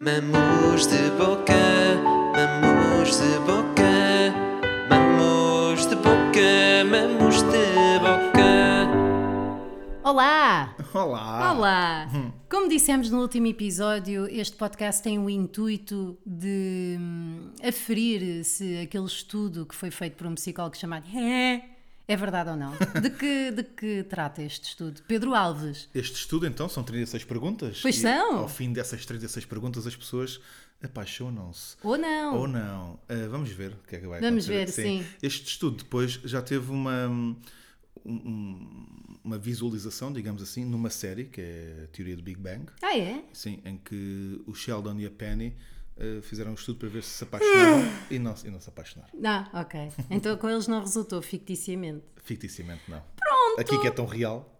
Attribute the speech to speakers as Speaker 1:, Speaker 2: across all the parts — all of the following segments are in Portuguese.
Speaker 1: Mamos de boca, mamos de boca, mamos de boca, mamos de boca.
Speaker 2: Olá!
Speaker 3: Olá!
Speaker 2: Olá! Como dissemos no último episódio, este podcast tem o intuito de hum, aferir se aquele estudo que foi feito por um psicólogo chamado Hé é verdade ou não. De que, de que trata este estudo? Pedro Alves.
Speaker 3: Este estudo então são 36 perguntas.
Speaker 2: Pois
Speaker 3: e
Speaker 2: são.
Speaker 3: Ao fim dessas 36 perguntas as pessoas apaixonam-se.
Speaker 2: Ou não?
Speaker 3: Ou não. Ah, vamos ver o que é que vai
Speaker 2: Vamos
Speaker 3: acontecer.
Speaker 2: ver, sim.
Speaker 3: Este estudo depois já teve uma, um- um- uma visualização, digamos assim, numa série que é a Teoria do Big Bang.
Speaker 2: Ah, é?
Speaker 3: Sim, em que o Sheldon e a Penny ah, fizeram um estudo para ver se se apaixonaram
Speaker 2: Ah.
Speaker 3: e, não, e não se apaixonaram.
Speaker 2: Não, ok. Então com eles não resultou ficticiamente.
Speaker 3: Ficticiamente não. Pronto! Aqui que é tão real.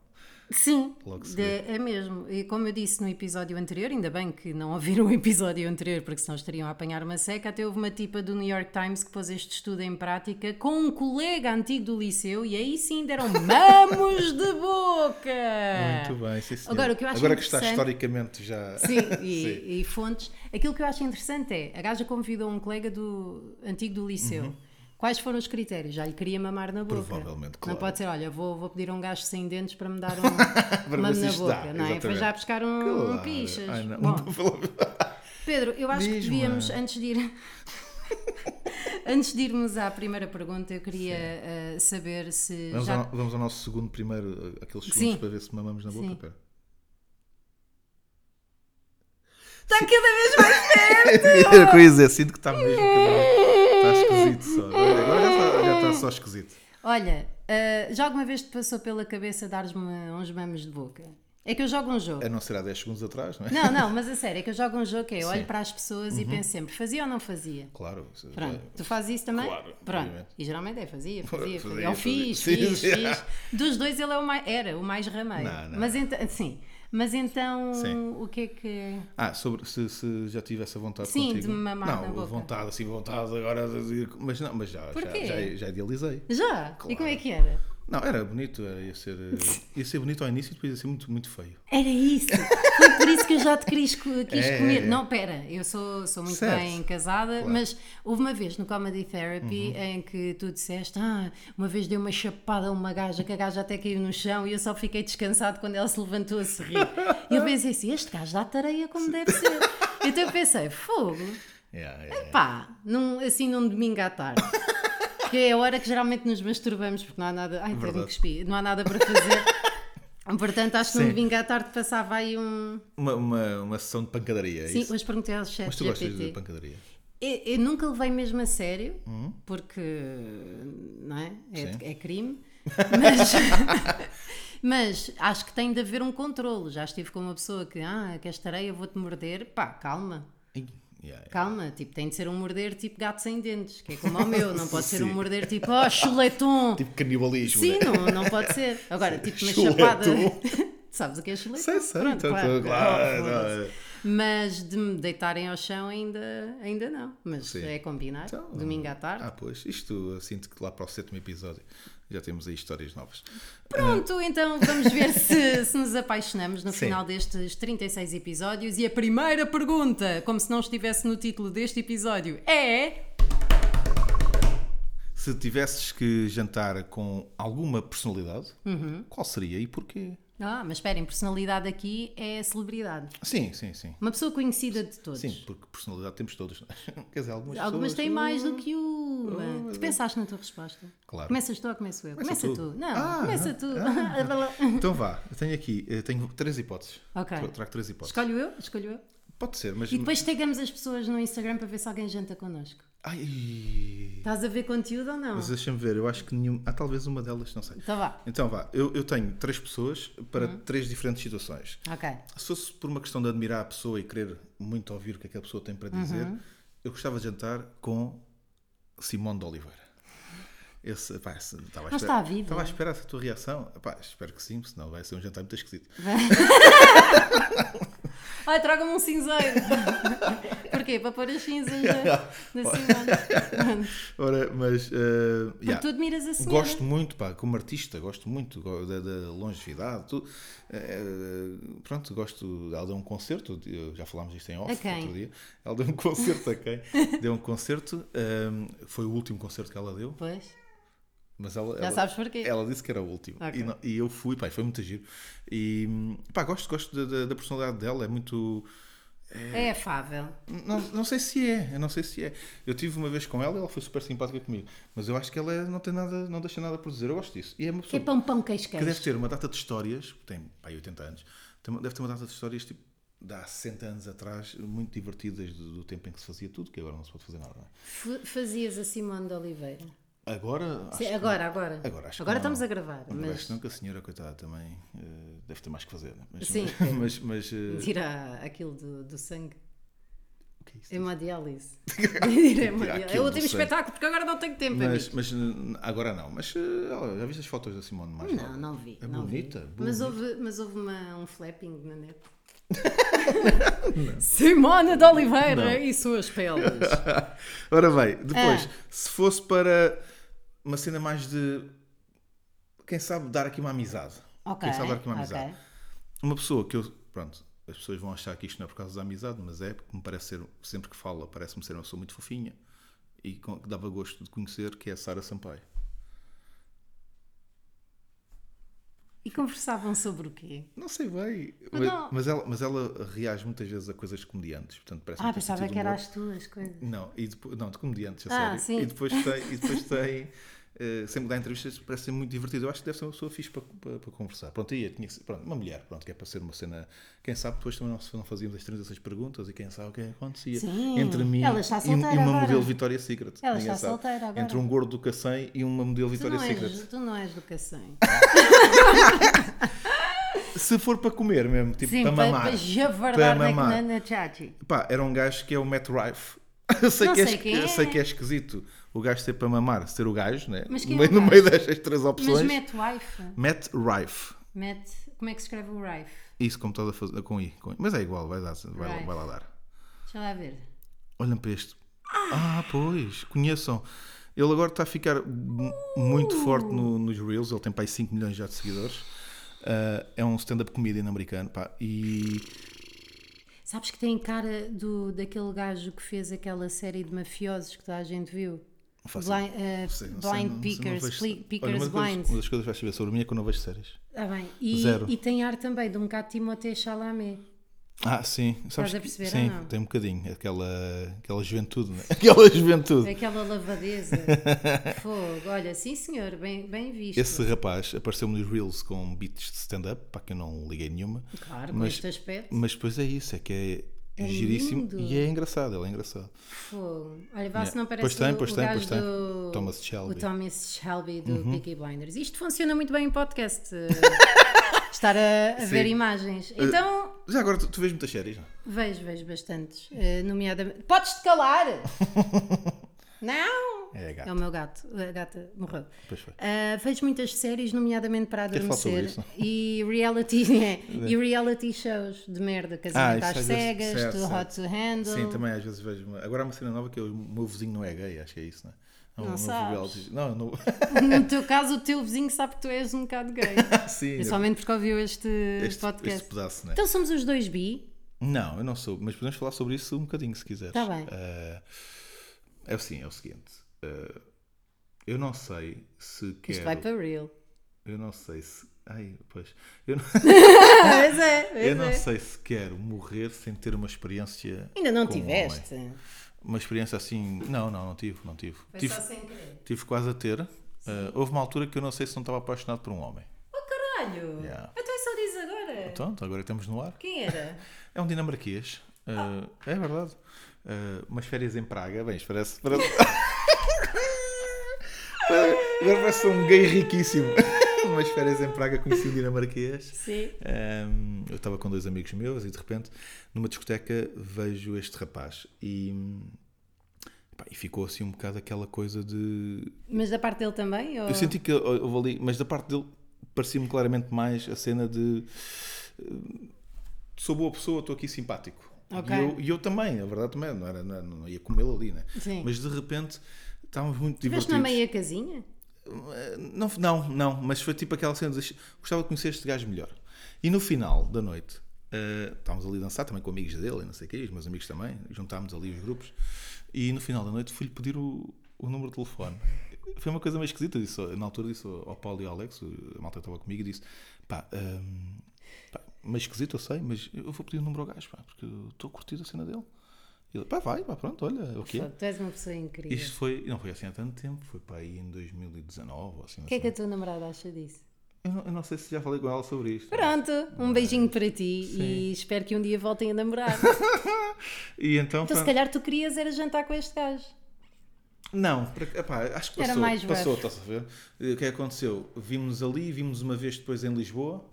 Speaker 2: Sim,
Speaker 3: Logo se
Speaker 2: de- é mesmo. E como eu disse no episódio anterior, ainda bem que não ouviram o episódio anterior, porque senão estariam a apanhar uma seca. Até houve uma tipa do New York Times que pôs este estudo em prática com um colega antigo do liceu e aí sim deram mamos de boca!
Speaker 3: Muito bem, sim, senhor.
Speaker 2: É. Agora, o que eu acho
Speaker 3: Agora que está
Speaker 2: interessante-
Speaker 3: historicamente já.
Speaker 2: Sim, e, e fontes. Aquilo que eu acho interessante é, a gaja convidou um colega do antigo do liceu. Quais foram os critérios? Já lhe queria mamar na boca.
Speaker 3: Uhum. Provavelmente,
Speaker 2: Não
Speaker 3: claro.
Speaker 2: pode ser, olha, vou, vou pedir a um gajo sem dentes para me dar um
Speaker 3: ver
Speaker 2: mamo
Speaker 3: se
Speaker 2: na
Speaker 3: isto
Speaker 2: boca.
Speaker 3: dá,
Speaker 2: não é? Foi
Speaker 3: exatamente.
Speaker 2: já buscar um, um
Speaker 3: Claro.
Speaker 2: pichas.
Speaker 3: Ai, não.
Speaker 2: Bom, Pedro, eu acho que
Speaker 3: Diz-me.
Speaker 2: devíamos, antes de ir. Antes de irmos à primeira pergunta, eu queria eh, saber se
Speaker 3: vamos,
Speaker 2: já
Speaker 3: ao, vamos ao nosso segundo primeiro, uh, aqueles segundos
Speaker 2: Sim.
Speaker 3: para ver se mamamos na boca.
Speaker 2: Sim.
Speaker 3: Pera.
Speaker 2: está Tá cada vez mais
Speaker 3: Era o que eu ia dizer, sinto que está mesmo. Está Tá esquisito só. Agora já está, já está só esquisito.
Speaker 2: Olha, ah, já alguma vez te passou pela cabeça dar-me uns mamos de boca? É que eu jogo um jogo.
Speaker 3: A não ser há 10 segundos atrás, não é?
Speaker 2: Não, não, mas a sério, é que eu jogo um jogo que é eu olho
Speaker 3: Sim. Uhum.
Speaker 2: para as pessoas e penso sempre, fazia ou não fazia?
Speaker 3: Claro. isso já-
Speaker 2: Pronto, tu fazes isso também?
Speaker 3: Claro,
Speaker 2: Pronto,
Speaker 3: obviamente.
Speaker 2: e geralmente é, fazia, fazia,
Speaker 3: Fazia,
Speaker 2: fazia. Eu
Speaker 3: fazia.
Speaker 2: fiz,
Speaker 3: Sim,
Speaker 2: fiz,
Speaker 3: sim.
Speaker 2: fiz. Dos dois ele é o mais, era o mais rameiro.
Speaker 3: Não, não.
Speaker 2: Mas então, sim, mas então,
Speaker 3: Sim.
Speaker 2: o que é que...
Speaker 3: Ah, sobre se, se já tive essa vontade
Speaker 2: Sim,
Speaker 3: contigo.
Speaker 2: de me mamar
Speaker 3: não,
Speaker 2: na boca.
Speaker 3: vontade, assim, vontade agora. de- de- Mas não, mas já, já,
Speaker 2: Porquê?
Speaker 3: já, já idealizei.
Speaker 2: Já? E
Speaker 3: Claro.
Speaker 2: como é que era?
Speaker 3: Não, era bonito, era- ia ser, eh, ia ser bonito ao início e depois ia ser muito, muito feio.
Speaker 2: Era isso. Foi por isso que eu já te quis, co- quis
Speaker 3: É,
Speaker 2: comer.
Speaker 3: é, é.
Speaker 2: Não, pera, eu sou, sou muito
Speaker 3: Certo.
Speaker 2: bem casada,
Speaker 3: Claro. Uhum.
Speaker 2: mas houve uma vez no Comedy Therapy em que tu disseste: ah, uma vez dei uma chapada a uma gaja, que a gaja até caiu no chão e eu só fiquei descansado quando ela se levantou a sorrir. E eu pensei assim: este gajo dá tareia como deve ser. Então eu pensei: fogo,
Speaker 3: Yeah, yeah, yeah.
Speaker 2: pá, num- assim num domingo à tarde. Que é a hora que geralmente nos masturbamos, porque não há nada. Ai, até me
Speaker 3: Verdade.
Speaker 2: cuspi, não há nada para fazer. Portanto, acho que num
Speaker 3: Sim.
Speaker 2: domingo à tarde passava aí um.
Speaker 3: Uma, uma, uma sessão de pancadaria. é
Speaker 2: Sim,
Speaker 3: isso?
Speaker 2: hoje perguntei ao chat
Speaker 3: Mas tu gostas de
Speaker 2: GPT.
Speaker 3: pancadaria?
Speaker 2: Eu, eu nunca levei mesmo a sério, porque. Não é?
Speaker 3: Uhum. Sim.
Speaker 2: É, é crime. Mas, mas acho que tem de haver um controlo. Já estive com uma pessoa que, ah, que esta areia eu vou-te morder. Pá, calma.
Speaker 3: Ih, yeah, yeah.
Speaker 2: Calma, tipo, tem de ser um morder tipo gato sem dentes, que é como o meu, não pode ser um
Speaker 3: Sim.
Speaker 2: morder tipo, oh, chuleton.
Speaker 3: Tipo canibalismo.
Speaker 2: Sim,
Speaker 3: né?
Speaker 2: não, não pode ser. Agora, tipo, uma
Speaker 3: chuletom.
Speaker 2: chapada. Sabes o que é chuleton?
Speaker 3: Sei, sei,
Speaker 2: Pronto,
Speaker 3: então,
Speaker 2: claro.
Speaker 3: então, claro,
Speaker 2: Oh, foda-se.
Speaker 3: não é.
Speaker 2: Mas de me deitarem ao chão ainda, ainda não. Mas
Speaker 3: Sim.
Speaker 2: é combinar,
Speaker 3: Então,
Speaker 2: domingo à tarde.
Speaker 3: Ah, pois, isto eu sinto que lá para o sétimo episódio já temos aí histórias novas.
Speaker 2: Pronto, então vamos ver se, se nos apaixonamos no
Speaker 3: Sim.
Speaker 2: final destes 36 episódios. E a primeira pergunta, como se não estivesse no título deste episódio, é.
Speaker 3: Se tivesses que jantar com alguma personalidade,
Speaker 2: Uhum.
Speaker 3: qual seria e porquê?
Speaker 2: Ah, mas esperem, personalidade aqui é celebridade.
Speaker 3: Sim, sim, sim.
Speaker 2: Uma pessoa conhecida de todos.
Speaker 3: Sim, porque personalidade temos todos. é? Quer dizer, algumas,
Speaker 2: Algumas
Speaker 3: pessoas- Oh,
Speaker 2: têm mais do que uma. tu pensaste na tua resposta?
Speaker 3: Claro.
Speaker 2: Começas tu ou começo eu? Começa,
Speaker 3: tu.
Speaker 2: tu. Não,
Speaker 3: Ah,
Speaker 2: começa
Speaker 3: ah,
Speaker 2: tu.
Speaker 3: Então vá, eu tenho aqui, eu tenho três hipóteses.
Speaker 2: Ok.
Speaker 3: Tra- Trago três hipóteses.
Speaker 2: escolho eu? Escolho eu.
Speaker 3: Pode ser, mas.
Speaker 2: E depois pegamos as pessoas no Instagram para ver se alguém janta connosco.
Speaker 3: Ai.
Speaker 2: Estás a ver conteúdo ou não?
Speaker 3: Mas deixa-me ver, eu acho que nenhum. Há talvez uma delas, não sei.
Speaker 2: Então vá.
Speaker 3: Então vá, eu, eu tenho três pessoas para
Speaker 2: Uhum.
Speaker 3: três diferentes situações.
Speaker 2: Ok.
Speaker 3: Se fosse por uma questão de admirar a pessoa e querer muito ouvir o que aquela pessoa tem para dizer,
Speaker 2: Uhum.
Speaker 3: eu gostava de jantar com Simone de Oliveira. Esse, pá, esse- estava à
Speaker 2: Ela
Speaker 3: espera-
Speaker 2: está viva?
Speaker 3: Estava a esperar essa tua reação. Pá, espero que sim, senão vai ser um jantar muito esquisito.
Speaker 2: Ai, traga-me um cinzeiro. Porquê? Para pôr as cinzas na, na Simone.
Speaker 3: Ora, mas. eh, yeah.
Speaker 2: Tu admiras a senhora.
Speaker 3: Gosto muito, pá, como artista, gosto muito go- da, da longevidade. tu- eh, pronto, gosto. Ela deu um concerto, eu- já falámos isto em off
Speaker 2: A quem?
Speaker 3: outro dia. Ela deu um concerto a quem? Deu um concerto, ehm, foi o último concerto que ela deu,
Speaker 2: Pois.
Speaker 3: mas ela,
Speaker 2: Já
Speaker 3: ela-
Speaker 2: sabes porquê.
Speaker 3: ela disse que era o último.
Speaker 2: Ok.
Speaker 3: E, não- e eu fui, pá, e foi muito giro. E pá, gosto, gosto da- da, da personalidade dela, é muito.
Speaker 2: É afável.
Speaker 3: Não, não sei se é, eu não sei se é. Eu tive uma vez com ela e ela foi super simpática comigo, mas eu acho que ela é- não tem nada, não deixa nada por dizer, eu gosto disso. E é uma
Speaker 2: Que é
Speaker 3: pessoa
Speaker 2: pão, pão, queijo,
Speaker 3: que
Speaker 2: queijo.
Speaker 3: deve ter uma data de histórias, tem pá, aí 80 anos, tem uma- deve ter uma data de histórias tipo de há 60 anos atrás, muito divertidas do, do tempo em que se fazia tudo, que agora não se pode fazer nada. não é?
Speaker 2: F- Fazias a Simone de Oliveira.
Speaker 3: Agora, acho
Speaker 2: Sim,
Speaker 3: que
Speaker 2: agora, agora.
Speaker 3: Agora acho que não.
Speaker 2: estamos a gravar.
Speaker 3: não, não
Speaker 2: Mas
Speaker 3: gosto, não, que a senhora, coitada, também eh, deve ter mais que fazer, né? mas,
Speaker 2: Sim.
Speaker 3: mas, mas, eh,
Speaker 2: tira aquilo do, do sangue.
Speaker 3: o que é isso?
Speaker 2: Hemodiálise. Tira hemodiálise. É
Speaker 3: aquilo
Speaker 2: o
Speaker 3: do
Speaker 2: último
Speaker 3: sangue.
Speaker 2: espetáculo, porque agora não tenho tempo.
Speaker 3: um Mas,
Speaker 2: amigo.
Speaker 3: mas, eh, agora não, mas eh, olha, já viste as fotos da Simone mais
Speaker 2: Não,
Speaker 3: nova?
Speaker 2: não vi.
Speaker 3: É
Speaker 2: não vi.
Speaker 3: bonita,
Speaker 2: Mas
Speaker 3: bonita.
Speaker 2: houve, mas houve uma- um flapping na net. Simone de Oliveira e suas peles.
Speaker 3: Ora bem, depois,
Speaker 2: Ah.
Speaker 3: se fosse para uma cena mais de. Quem sabe dar aqui uma amizade.
Speaker 2: ok.
Speaker 3: Quem sabe dar aqui uma amizade.
Speaker 2: ok.
Speaker 3: Uma pessoa que eu. Pronto, as pessoas vão achar que isto não é por causa da amizade, mas é porque me parece ser. Sempre que fala, parece-me ser uma pessoa muito fofinha e com- que dava gosto de conhecer, que é a Sara Sampaio.
Speaker 2: E conversavam sobre o quê?
Speaker 3: Não sei bem,
Speaker 2: Ah,
Speaker 3: mas,
Speaker 2: não.
Speaker 3: mas ela, mas ela reage muitas vezes a coisas de comediantes, portanto parece
Speaker 2: Ah, pensava que era
Speaker 3: eras
Speaker 2: as tuas coisas.
Speaker 3: Não, e depois, não, de comediantes, a
Speaker 2: Ah,
Speaker 3: sério.
Speaker 2: sim.
Speaker 3: E depois tem, e depois tem eh, sempre que dá entrevistas, parece ser muito divertido. Eu acho que deve ser uma pessoa fixe para, para, para conversar. Pronto, e eu tinha que ser, pronto, uma mulher, pronto, que é para ser uma cena. Quem sabe depois também não, se- não fazíamos as 36 perguntas e quem sabe o que é que acontecia
Speaker 2: Sim,
Speaker 3: entre mim
Speaker 2: ela está
Speaker 3: e, e uma
Speaker 2: solteira agora.
Speaker 3: modelo Vitória Secret.
Speaker 2: Ela
Speaker 3: Ninguém
Speaker 2: está
Speaker 3: sabe.
Speaker 2: solteira agora.
Speaker 3: Entre um gordo do Cacém e uma modelo
Speaker 2: Tu
Speaker 3: Vitória
Speaker 2: não,
Speaker 3: Secret.
Speaker 2: és, tu não és do Cacém.
Speaker 3: Se for para comer mesmo, tipo
Speaker 2: Sim,
Speaker 3: para
Speaker 2: para,
Speaker 3: mamar.
Speaker 2: para javardar
Speaker 3: Para
Speaker 2: na, na,
Speaker 3: mamar.
Speaker 2: na Chachi.
Speaker 3: Pá, era um gajo que é o Matt Rife. Eu sei,
Speaker 2: Não
Speaker 3: que é,
Speaker 2: sei
Speaker 3: esqui-
Speaker 2: quem é.
Speaker 3: eu sei que é esquisito o gajo ser para mamar, ser o gajo, né?
Speaker 2: Mas quem
Speaker 3: no
Speaker 2: é
Speaker 3: meio,
Speaker 2: o
Speaker 3: no
Speaker 2: gajo?
Speaker 3: meio destas três
Speaker 2: Mas
Speaker 3: opções.
Speaker 2: mete wife.
Speaker 3: Matt Rife.
Speaker 2: Mete. Como é que se escreve o rife?
Speaker 3: Isso como estás a fazer com I. com I. Mas é igual, vai, dar, vai, lá-
Speaker 2: Rife.
Speaker 3: vai lá dar.
Speaker 2: Deixa lá ver.
Speaker 3: Olhem para este. Ah, pois, conheçam. Ele agora está a ficar mu-
Speaker 2: Uh.
Speaker 3: muito forte no- nos Reels, ele tem para aí 5 milhões já de seguidores. Ah, é um stand-up comedian americano, pá. E
Speaker 2: Sabes que tem cara do, daquele gajo que fez aquela série de mafiosos que toda a gente viu?
Speaker 3: faço-
Speaker 2: Blind, eh,
Speaker 3: sei, Ah, não sei,
Speaker 2: blind
Speaker 3: não- não sei, não
Speaker 2: Pickers,
Speaker 3: vejo-
Speaker 2: pli-
Speaker 3: Olha,
Speaker 2: Pickers
Speaker 3: uma das coisas-
Speaker 2: Blind.
Speaker 3: Uma das coisas que vais saber sobre mim é que eu não vejo séries.
Speaker 2: Ah, bem. E,
Speaker 3: Zero.
Speaker 2: e tem ar também de um bocado Timothée Chalamet.
Speaker 3: Ah, sim. Sabes
Speaker 2: a
Speaker 3: que-
Speaker 2: perceber
Speaker 3: Sim,
Speaker 2: ou não?
Speaker 3: tem um bocadinho. Aquela, aquela juventude, né? Aquela juventude.
Speaker 2: Aquela lavadeza. Fogo. Olha, sim senhor, bem, bem visto.
Speaker 3: Esse rapaz apareceu-me nos Reels com beats de stand-up, para que eu não liguei nenhuma.
Speaker 2: Claro, com
Speaker 3: mas-
Speaker 2: este aspecto.
Speaker 3: Mas depois é isso, é que é,
Speaker 2: É
Speaker 3: giríssimo
Speaker 2: lindo.
Speaker 3: e é engraçado, ele é engraçado.
Speaker 2: Fogo. Tipo, Olha, vá
Speaker 3: Yeah.
Speaker 2: se não parece
Speaker 3: Pois tem,
Speaker 2: o,
Speaker 3: pois
Speaker 2: o
Speaker 3: tem,
Speaker 2: gajo
Speaker 3: pois tem.
Speaker 2: do...
Speaker 3: Thomas
Speaker 2: O
Speaker 3: Shelby. Uhum.
Speaker 2: Thomas Shelby do Peaky Blinders. Isto funciona muito bem em podcast. eh, Estar a, a
Speaker 3: Sim. Eh,
Speaker 2: ver imagens. Então,
Speaker 3: Já agora tu, tu vês muitas séries, não?
Speaker 2: vejo, vejo bastantes. eh, nomeadamente... Podes-te calar! não!
Speaker 3: É,
Speaker 2: É o
Speaker 3: gato.
Speaker 2: meu gato. A gata morreu.
Speaker 3: Pois foi.
Speaker 2: Ah, vejo muitas séries, nomeadamente para
Speaker 3: Queres falar sobre
Speaker 2: adormecer
Speaker 3: isso, não?
Speaker 2: e reality, é, e reality shows de merda, casamento
Speaker 3: Ah,
Speaker 2: às
Speaker 3: isso às vezes-
Speaker 2: cegas,
Speaker 3: certo,
Speaker 2: Too
Speaker 3: certo.
Speaker 2: hot to handle.
Speaker 3: Sim, também às vezes vejo. uma- Agora há uma cena nova que é o meu vizinho não é gay, acho que é isso, não é? É um
Speaker 2: Não
Speaker 3: novo
Speaker 2: sabes.
Speaker 3: reality- Não, não.
Speaker 2: No teu caso, o teu vizinho sabe que tu és um bocado gay.
Speaker 3: Sim,
Speaker 2: Principalmente porque ouviu este,
Speaker 3: este,
Speaker 2: um podcast.
Speaker 3: este pedaço, não é?
Speaker 2: Então somos os dois bi.
Speaker 3: Não, eu não sou, mas podemos falar sobre isso um bocadinho se quiseres.
Speaker 2: Tá bem.
Speaker 3: Eh, é assim, é o seguinte. eh, eu não sei se
Speaker 2: Isto
Speaker 3: quero.
Speaker 2: vai para real.
Speaker 3: Eu não sei se. Ai, pois. Eu não,
Speaker 2: Pois é, pois
Speaker 3: eu não
Speaker 2: é.
Speaker 3: sei se quero morrer sem ter uma experiência.
Speaker 2: Ainda não
Speaker 3: com um homem.
Speaker 2: tiveste.
Speaker 3: Uma experiência assim. Não, não, não tive, não tive. Tive,
Speaker 2: sem querer.
Speaker 3: tive quase a ter. Eh, houve uma altura que eu não sei se não estava apaixonado por um homem.
Speaker 2: Oh caralho!
Speaker 3: Yeah.
Speaker 2: Então só diz agora.
Speaker 3: Então, agora estamos no ar.
Speaker 2: Quem era?
Speaker 3: É um dinamarquês. eh, É verdade. Eh, umas férias em Praga. Bem, isto parece. parece... Agora vai ser um gay riquíssimo. umas férias em Praga, conheci um dinamarquês.
Speaker 2: Sim.
Speaker 3: Ehm, eu estava com dois amigos meus e de repente, numa discoteca, vejo este rapaz e. pá, e ficou assim um bocado aquela coisa de.
Speaker 2: Mas da parte dele também? Ou...
Speaker 3: Eu senti que houve ali, mas da parte dele parecia-me claramente mais a cena de eh, sou boa pessoa, estou aqui simpático.
Speaker 2: Ok.
Speaker 3: E, eu, e eu também, a verdade também, não, era, não, era- não ia comê-lo ali, né?
Speaker 2: Sim. é
Speaker 3: Mas de repente estávamos muito
Speaker 2: Estiveste
Speaker 3: divertidos.
Speaker 2: na meia casinha?
Speaker 3: Não, não, não, mas foi tipo aquela cena de "Ux, gostava de conhecer este gajo melhor. E no final da noite, eh, estávamos ali a dançar também com amigos dele, e não sei o quê, os meus amigos também, juntámos ali os grupos. E no final da noite fui-lhe pedir o, o número de telefone. Foi uma coisa meio esquisita, disse, ao- na altura disse ao ao Paulo e ao Alex, o- a malta estava comigo, e disse: pá, ehm, pá, meio esquisito eu sei, mas eu vou pedir o número ao gajo, pá, porque eu estou curtido a cena dele. E ele, pá, vai, pá, pronto, olha, o que é.
Speaker 2: Foda, Tu és uma pessoa incrível.
Speaker 3: Isto foi, não foi assim há tanto tempo, foi para aí em 2019 ou assim.
Speaker 2: O que é que a tua namorada acha disso?
Speaker 3: eu, não, eu não sei se já falei com ela sobre isto.
Speaker 2: Pronto, um beijinho para ti e espero que um dia voltem a namorar. então,
Speaker 3: E então.
Speaker 2: se
Speaker 3: pronto.
Speaker 2: calhar, tu querias era jantar com este gajo.
Speaker 3: Não, por ac- epá, acho que
Speaker 2: Era
Speaker 3: passou.
Speaker 2: mais
Speaker 3: passou,
Speaker 2: rough.
Speaker 3: estás a ver? E O que é que aconteceu? Vimos ali, vimos uma vez depois em Lisboa,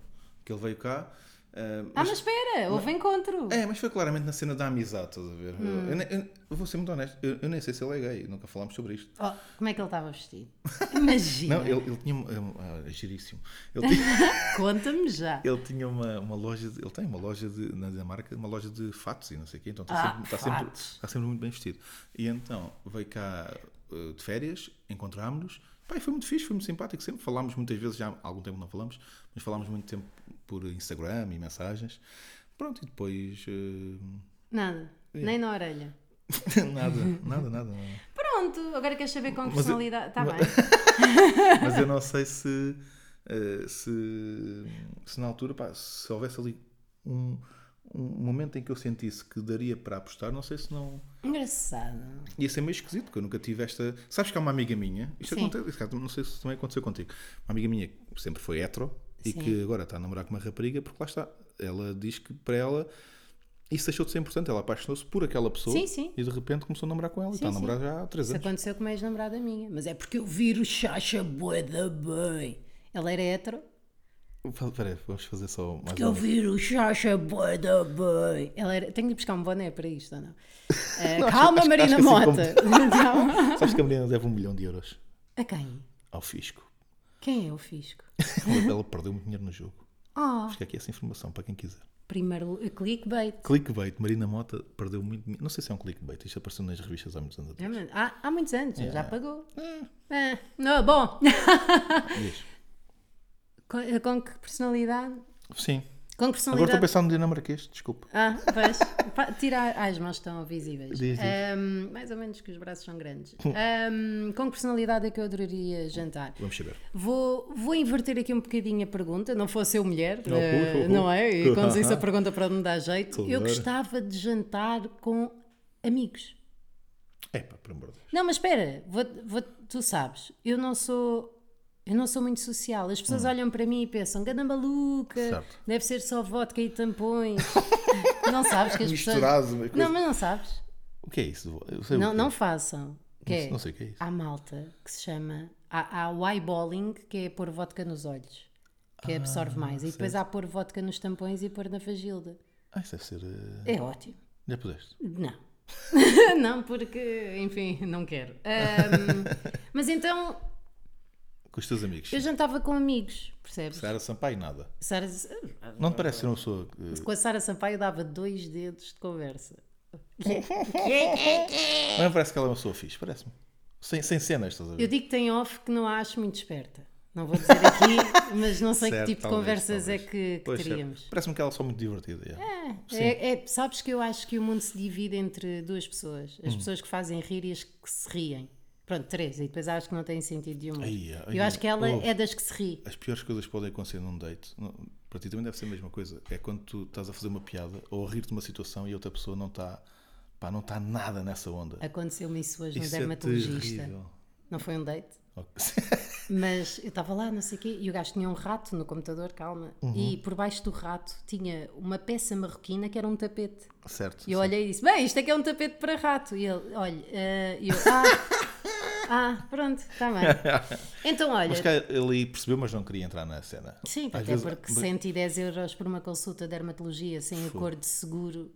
Speaker 3: que ele veio cá. ah,
Speaker 2: Ah, mas espera, houve encontro.
Speaker 3: É, mas foi claramente na cena da amizade, estás a ver?
Speaker 2: Hum.
Speaker 3: Eu- Eu, nem- eu- eu vou ser muito honesto, eu, eu nem sei se ele é gay, nunca falámos sobre isto.
Speaker 2: Oh, como é que ele estava vestido? Imagina.
Speaker 3: Não, ele, ele tinha. um- ah, é giríssimo. Ele tinha,
Speaker 2: Conta-me já.
Speaker 3: Ele tinha uma, uma loja, de- ele tem uma loja de, na Dinamarca, uma loja de fatos e não sei o quê, então está,
Speaker 2: Ah,
Speaker 3: sempre, está, sempre,
Speaker 2: fatos.
Speaker 3: está sempre muito bem vestido. E então veio cá eh, de férias, encontrámos-nos, pá, e foi muito fixe, foi muito simpático, sempre falámos muitas vezes, já há algum tempo não falamos, mas falámos muito tempo por Instagram e mensagens. Pronto, e depois. eh,
Speaker 2: Nada, nem na orelha.
Speaker 3: nada, nada, nada, nada.
Speaker 2: Pronto, agora queres saber com que
Speaker 3: Mas eu-
Speaker 2: personalidade. Está
Speaker 3: mas-
Speaker 2: bem.
Speaker 3: Mas eu não sei se, eh, se, se na altura, pá, se houvesse ali um, um momento em que eu sentisse que daria para apostar, não sei se não.
Speaker 2: Engraçado.
Speaker 3: Ia ser meio esquisito, porque eu nunca tive esta. Sabes que há uma amiga minha, isto
Speaker 2: Sim.
Speaker 3: acontece, isso cá, não sei se também aconteceu contigo, uma amiga minha que sempre foi hetero e
Speaker 2: Sim.
Speaker 3: que agora está a namorar com uma rapariga, porque lá está, ela diz que para ela. Isso deixou de ser importante, ela apaixonou-se por aquela pessoa
Speaker 2: Sim, sim.
Speaker 3: e de repente começou a namorar com ela e está a
Speaker 2: sim.
Speaker 3: namorar já há 3
Speaker 2: Isso
Speaker 3: anos.
Speaker 2: aconteceu com uma ex-namorada minha. Mas é porque eu viro Chacha Boeda bem. Ela era hétero.
Speaker 3: Espera aí, vamos fazer só mais um.
Speaker 2: Eu viro Chacha Boeda bem. Ela era... Tenho de buscar um boné para isto ou não? Eh,
Speaker 3: Não, acho-
Speaker 2: calma,
Speaker 3: acho-
Speaker 2: Marina
Speaker 3: acho que
Speaker 2: Mota.
Speaker 3: assim
Speaker 2: Então,
Speaker 3: Sabes que a menina deve um milhão de euros
Speaker 2: a quem?
Speaker 3: ao fisco.
Speaker 2: Quem é o fisco?
Speaker 3: Ela, ela perdeu muito dinheiro no jogo.
Speaker 2: Ah,
Speaker 3: Fica aqui essa informação para quem quiser.
Speaker 2: primeiro clickbait.
Speaker 3: Clickbait. Marina Mota perdeu muito dinheiro. Não sei se é um clickbait. Isto apareceu nas revistas há muitos anos
Speaker 2: É,
Speaker 3: atrás.
Speaker 2: mas Há, há muitos anos, já pagou.
Speaker 3: Ah,
Speaker 2: Ah, não, bom, É?
Speaker 3: diz.
Speaker 2: com, com que personalidade?
Speaker 3: Sim.
Speaker 2: Com que
Speaker 3: Agora estou a
Speaker 2: personalidade?
Speaker 3: pensar no dinamarquês. Desculpa.
Speaker 2: Ah, pois. Pa- Tira, ah, as mãos estão visíveis.
Speaker 3: Diz, diz.
Speaker 2: Ahm, mais ou menos que os braços são grandes. Ahm, com que personalidade é que eu adoraria jantar?
Speaker 3: Vamos saber.
Speaker 2: Vou, vou inverter aqui um bocadinho a pergunta, não fosse eu mulher,
Speaker 3: Não,
Speaker 2: eh,
Speaker 3: ui, ui, ui.
Speaker 2: não é? E quando isso a pergunta para onde dá jeito, eu
Speaker 3: Claro.
Speaker 2: gostava de jantar com amigos.
Speaker 3: É pá, por amor de Deus.
Speaker 2: Não, mas espera, vou- vou- tu sabes, eu não sou. Eu não sou muito social. As pessoas olham para mim e pensam, ganda maluca,
Speaker 3: Hum. Certo.
Speaker 2: deve ser só vodka e tampões. não sabes que as
Speaker 3: Misturado, uma
Speaker 2: pessoas.
Speaker 3: coisa.
Speaker 2: Não, mas não sabes.
Speaker 3: O que é isso? Eu sei o
Speaker 2: Não,
Speaker 3: que
Speaker 2: não
Speaker 3: é.
Speaker 2: façam. Que
Speaker 3: Não-
Speaker 2: é,
Speaker 3: não sei o que é isso.
Speaker 2: Há malta que se chama. Há, há o eyeballing, que é pôr vodka nos olhos, que
Speaker 3: Ah,
Speaker 2: absorve mais. E depois há pôr vodka nos tampões e pôr na fagilda.
Speaker 3: Ah, isso deve ser. eh,
Speaker 2: É ótimo.
Speaker 3: Já puseste?
Speaker 2: Não. não, porque, enfim, não quero. Ahm, mas então,
Speaker 3: Com os teus amigos.
Speaker 2: eu jantava com amigos, percebes?
Speaker 3: Sara Sampaio, nada.
Speaker 2: Sara- "Ah,
Speaker 3: Não te parece ser uma pessoa. eh,
Speaker 2: com a Sara Sampaio dava dois dedos de conversa.
Speaker 3: Não me parece que ela é uma pessoa fixe. Parece-me. Sem, sem cenas, estás a ver?
Speaker 2: Eu digo que tem off que não a acho muito esperta. Não vou dizer aqui, mas não sei
Speaker 3: Certo,
Speaker 2: que tipo de
Speaker 3: talvez,
Speaker 2: conversas
Speaker 3: talvez.
Speaker 2: é que, que
Speaker 3: Pois, certo.
Speaker 2: teríamos.
Speaker 3: Parece-me que ela é só muito divertida. já.
Speaker 2: É, é- sabes que eu acho que o mundo se divide entre duas pessoas:
Speaker 3: Hum.
Speaker 2: as pessoas que fazem rir e as que se riem. Pronto, três, e depois acho que não tem sentido de humor.
Speaker 3: Ai, ai,
Speaker 2: eu acho que ela
Speaker 3: ouve.
Speaker 2: é das que se ri.
Speaker 3: As piores coisas que podem acontecer num date, não- para ti também deve ser a mesma coisa. É quando tu estás a fazer uma piada ou a rir de uma situação e outra pessoa não está pá, não está nada nessa onda.
Speaker 2: Aconteceu-me isso hoje no
Speaker 3: Isso é
Speaker 2: dermatologista.
Speaker 3: terrível.
Speaker 2: não foi um date?
Speaker 3: Ok.
Speaker 2: Mas eu estava lá, não sei o quê, e o gajo tinha um rato no computador, calma. E
Speaker 3: Uhum.
Speaker 2: por baixo do rato tinha uma peça marroquina que era um tapete.
Speaker 3: certo.
Speaker 2: E eu
Speaker 3: certo.
Speaker 2: olhei e disse: Bem, isto é que é um tapete para rato. E ele: Olha, eh, e eu, ah, ah, pronto, está bem. Então, olha.
Speaker 3: Mas cá ele percebeu, mas não queria entrar na cena.
Speaker 2: Sim,
Speaker 3: Às
Speaker 2: até
Speaker 3: vezes-
Speaker 2: porque
Speaker 3: mas-
Speaker 2: 110 euros por uma consulta de dermatologia sem acordo de seguro.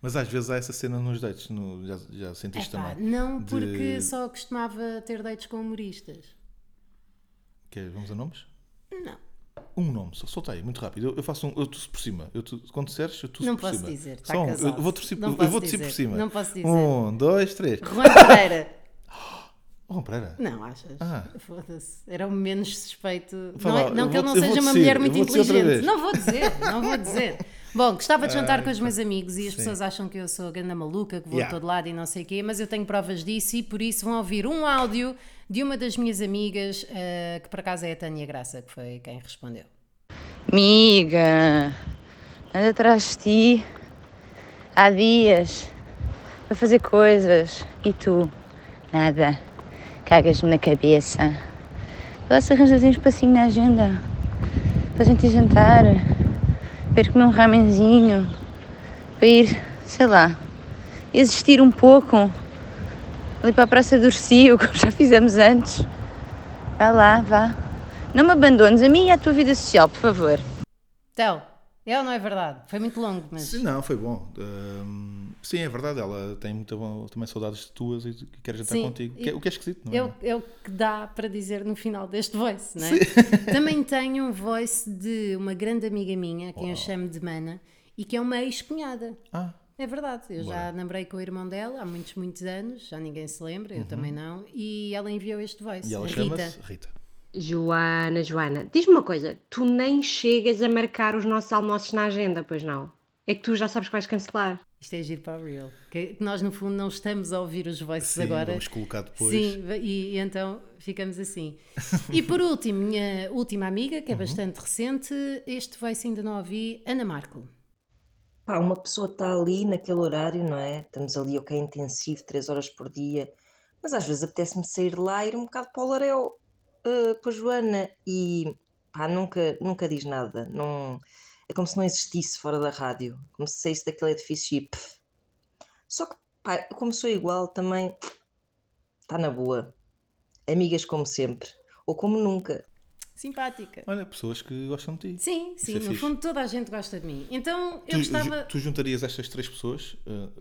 Speaker 3: Mas às vezes há essa cena nos dates, no- já, já sentiste
Speaker 2: Epá,
Speaker 3: também.
Speaker 2: não,
Speaker 3: De-
Speaker 2: porque só costumava ter dates com humoristas.
Speaker 3: Quer- vamos a é, nomes?
Speaker 2: Não.
Speaker 3: um nome só. Soltei, muito rápido. Eu, eu faço um. Eu torço por cima. Eu tu, quando disseres, eu torço
Speaker 2: Não
Speaker 3: por
Speaker 2: posso
Speaker 3: cima.
Speaker 2: dizer, está
Speaker 3: Só um.
Speaker 2: casado.
Speaker 3: Eu vou torcer
Speaker 2: Não
Speaker 3: eu
Speaker 2: posso
Speaker 3: vou torcer
Speaker 2: dizer,
Speaker 3: por cima.
Speaker 2: não posso dizer.
Speaker 3: Um, dois, três.
Speaker 2: Juan Pereira.
Speaker 3: Oh, Pereira.
Speaker 2: Não, achas?
Speaker 3: Ah.
Speaker 2: Foda-se. Era o menos suspeito.
Speaker 3: Fala,
Speaker 2: não é- não
Speaker 3: eu
Speaker 2: que ele
Speaker 3: vou-
Speaker 2: não
Speaker 3: eu
Speaker 2: seja
Speaker 3: vou
Speaker 2: uma
Speaker 3: dizer,
Speaker 2: mulher
Speaker 3: eu
Speaker 2: muito
Speaker 3: vou dizer outra
Speaker 2: inteligente.
Speaker 3: vez. Ah,
Speaker 2: Não vou dizer, não vou dizer. Bom, gostava de jantar com os meus amigos e as
Speaker 3: então. sim.
Speaker 2: pessoas acham que eu sou a ganda maluca, que vou
Speaker 3: Yeah.
Speaker 2: a todo lado e não sei o quê, mas eu tenho provas disso e por isso vão ouvir um áudio de uma das minhas amigas, eh, que por acaso é a Tânia Graça, que foi quem respondeu.
Speaker 4: Miga, ando atrás de ti há dias para fazer coisas e tu nada, cagas-me na cabeça. Vê lá se arranjas um espacinho na agenda para a gente ir jantar, para ir comer um ramenzinho, para ir, sei lá, existir um pouco ali para a Praça do Urcio, como já fizemos antes. Vá lá, vá. Não me abandones a mim e à tua vida social, por favor.
Speaker 2: Então, é ou não é verdade? Foi muito longo, mas.
Speaker 3: Sim, não, foi bom. Ahm, sim, é verdade. Ela tem muita bom, também saudades de tuas e que quer jantar
Speaker 2: Sim,
Speaker 3: contigo.
Speaker 2: e-
Speaker 3: Que é- o que é esquisito, não é?
Speaker 2: É o, é o que dá para dizer no final deste voice, não é? Também tenho um voice de uma grande amiga minha, quem eu chamo de Mana, e que é uma ex-cunhada.
Speaker 3: Ah,
Speaker 2: É verdade, eu já namorei com o irmão dela há muitos, muitos anos, já ninguém se lembra, eu também não, e ela enviou este voice.
Speaker 3: Uhum. e ela
Speaker 2: Rita.
Speaker 3: chama-se Rita.
Speaker 5: Joana, Joana, diz-me uma coisa, tu nem chegas a marcar os nossos almoços na agenda, pois não? É que tu já sabes que vais cancelar.
Speaker 2: Isto é giro para o Real. Que nós, no fundo, não estamos a ouvir os voices
Speaker 3: Sim,
Speaker 2: agora.
Speaker 3: vamos colocar depois.
Speaker 2: Sim, e, e então ficamos assim. E por último, minha última amiga,
Speaker 3: Uhum.
Speaker 2: que é bastante recente, este voice ainda não ouvi, Ana Marco.
Speaker 6: Pá, uma pessoa está ali naquele horário, não é? Estamos ali, ok, intensivo, três horas por dia, mas às vezes apetece-me sair de lá e ir um bocado para o Laréu, eh, com a Joana, e pá, nunca, nunca diz nada. Não, é como se não existisse fora da rádio, como se saísse daquele edifício e pff. Só que, pá, eu como sou igual também, está na boa. Amigas como sempre, ou como nunca.
Speaker 2: Simpática.
Speaker 3: Olha, pessoas que gostam de ti.
Speaker 2: Sim,
Speaker 3: Isso
Speaker 2: sim,
Speaker 3: é
Speaker 2: no
Speaker 3: fixe.
Speaker 2: fundo toda a gente gosta de mim. Então eu
Speaker 3: Tu,
Speaker 2: gostava.
Speaker 3: ju- tu juntarias estas três pessoas?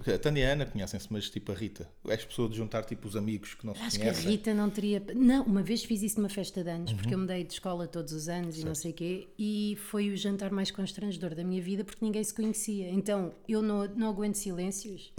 Speaker 3: eh, a Tânia e a Ana conhecem-se, mas tipo a Rita. És pessoa de juntar tipo os amigos que não se
Speaker 2: Acho que a
Speaker 3: conhecem.
Speaker 2: Rita não teria. Não, uma vez fiz isso numa festa de anos,
Speaker 3: Uhum.
Speaker 2: porque eu mudei de escola todos os anos e não sei o quê, e foi o jantar mais constrangedor da minha vida porque ninguém se conhecia. Então eu não, não aguento silêncios.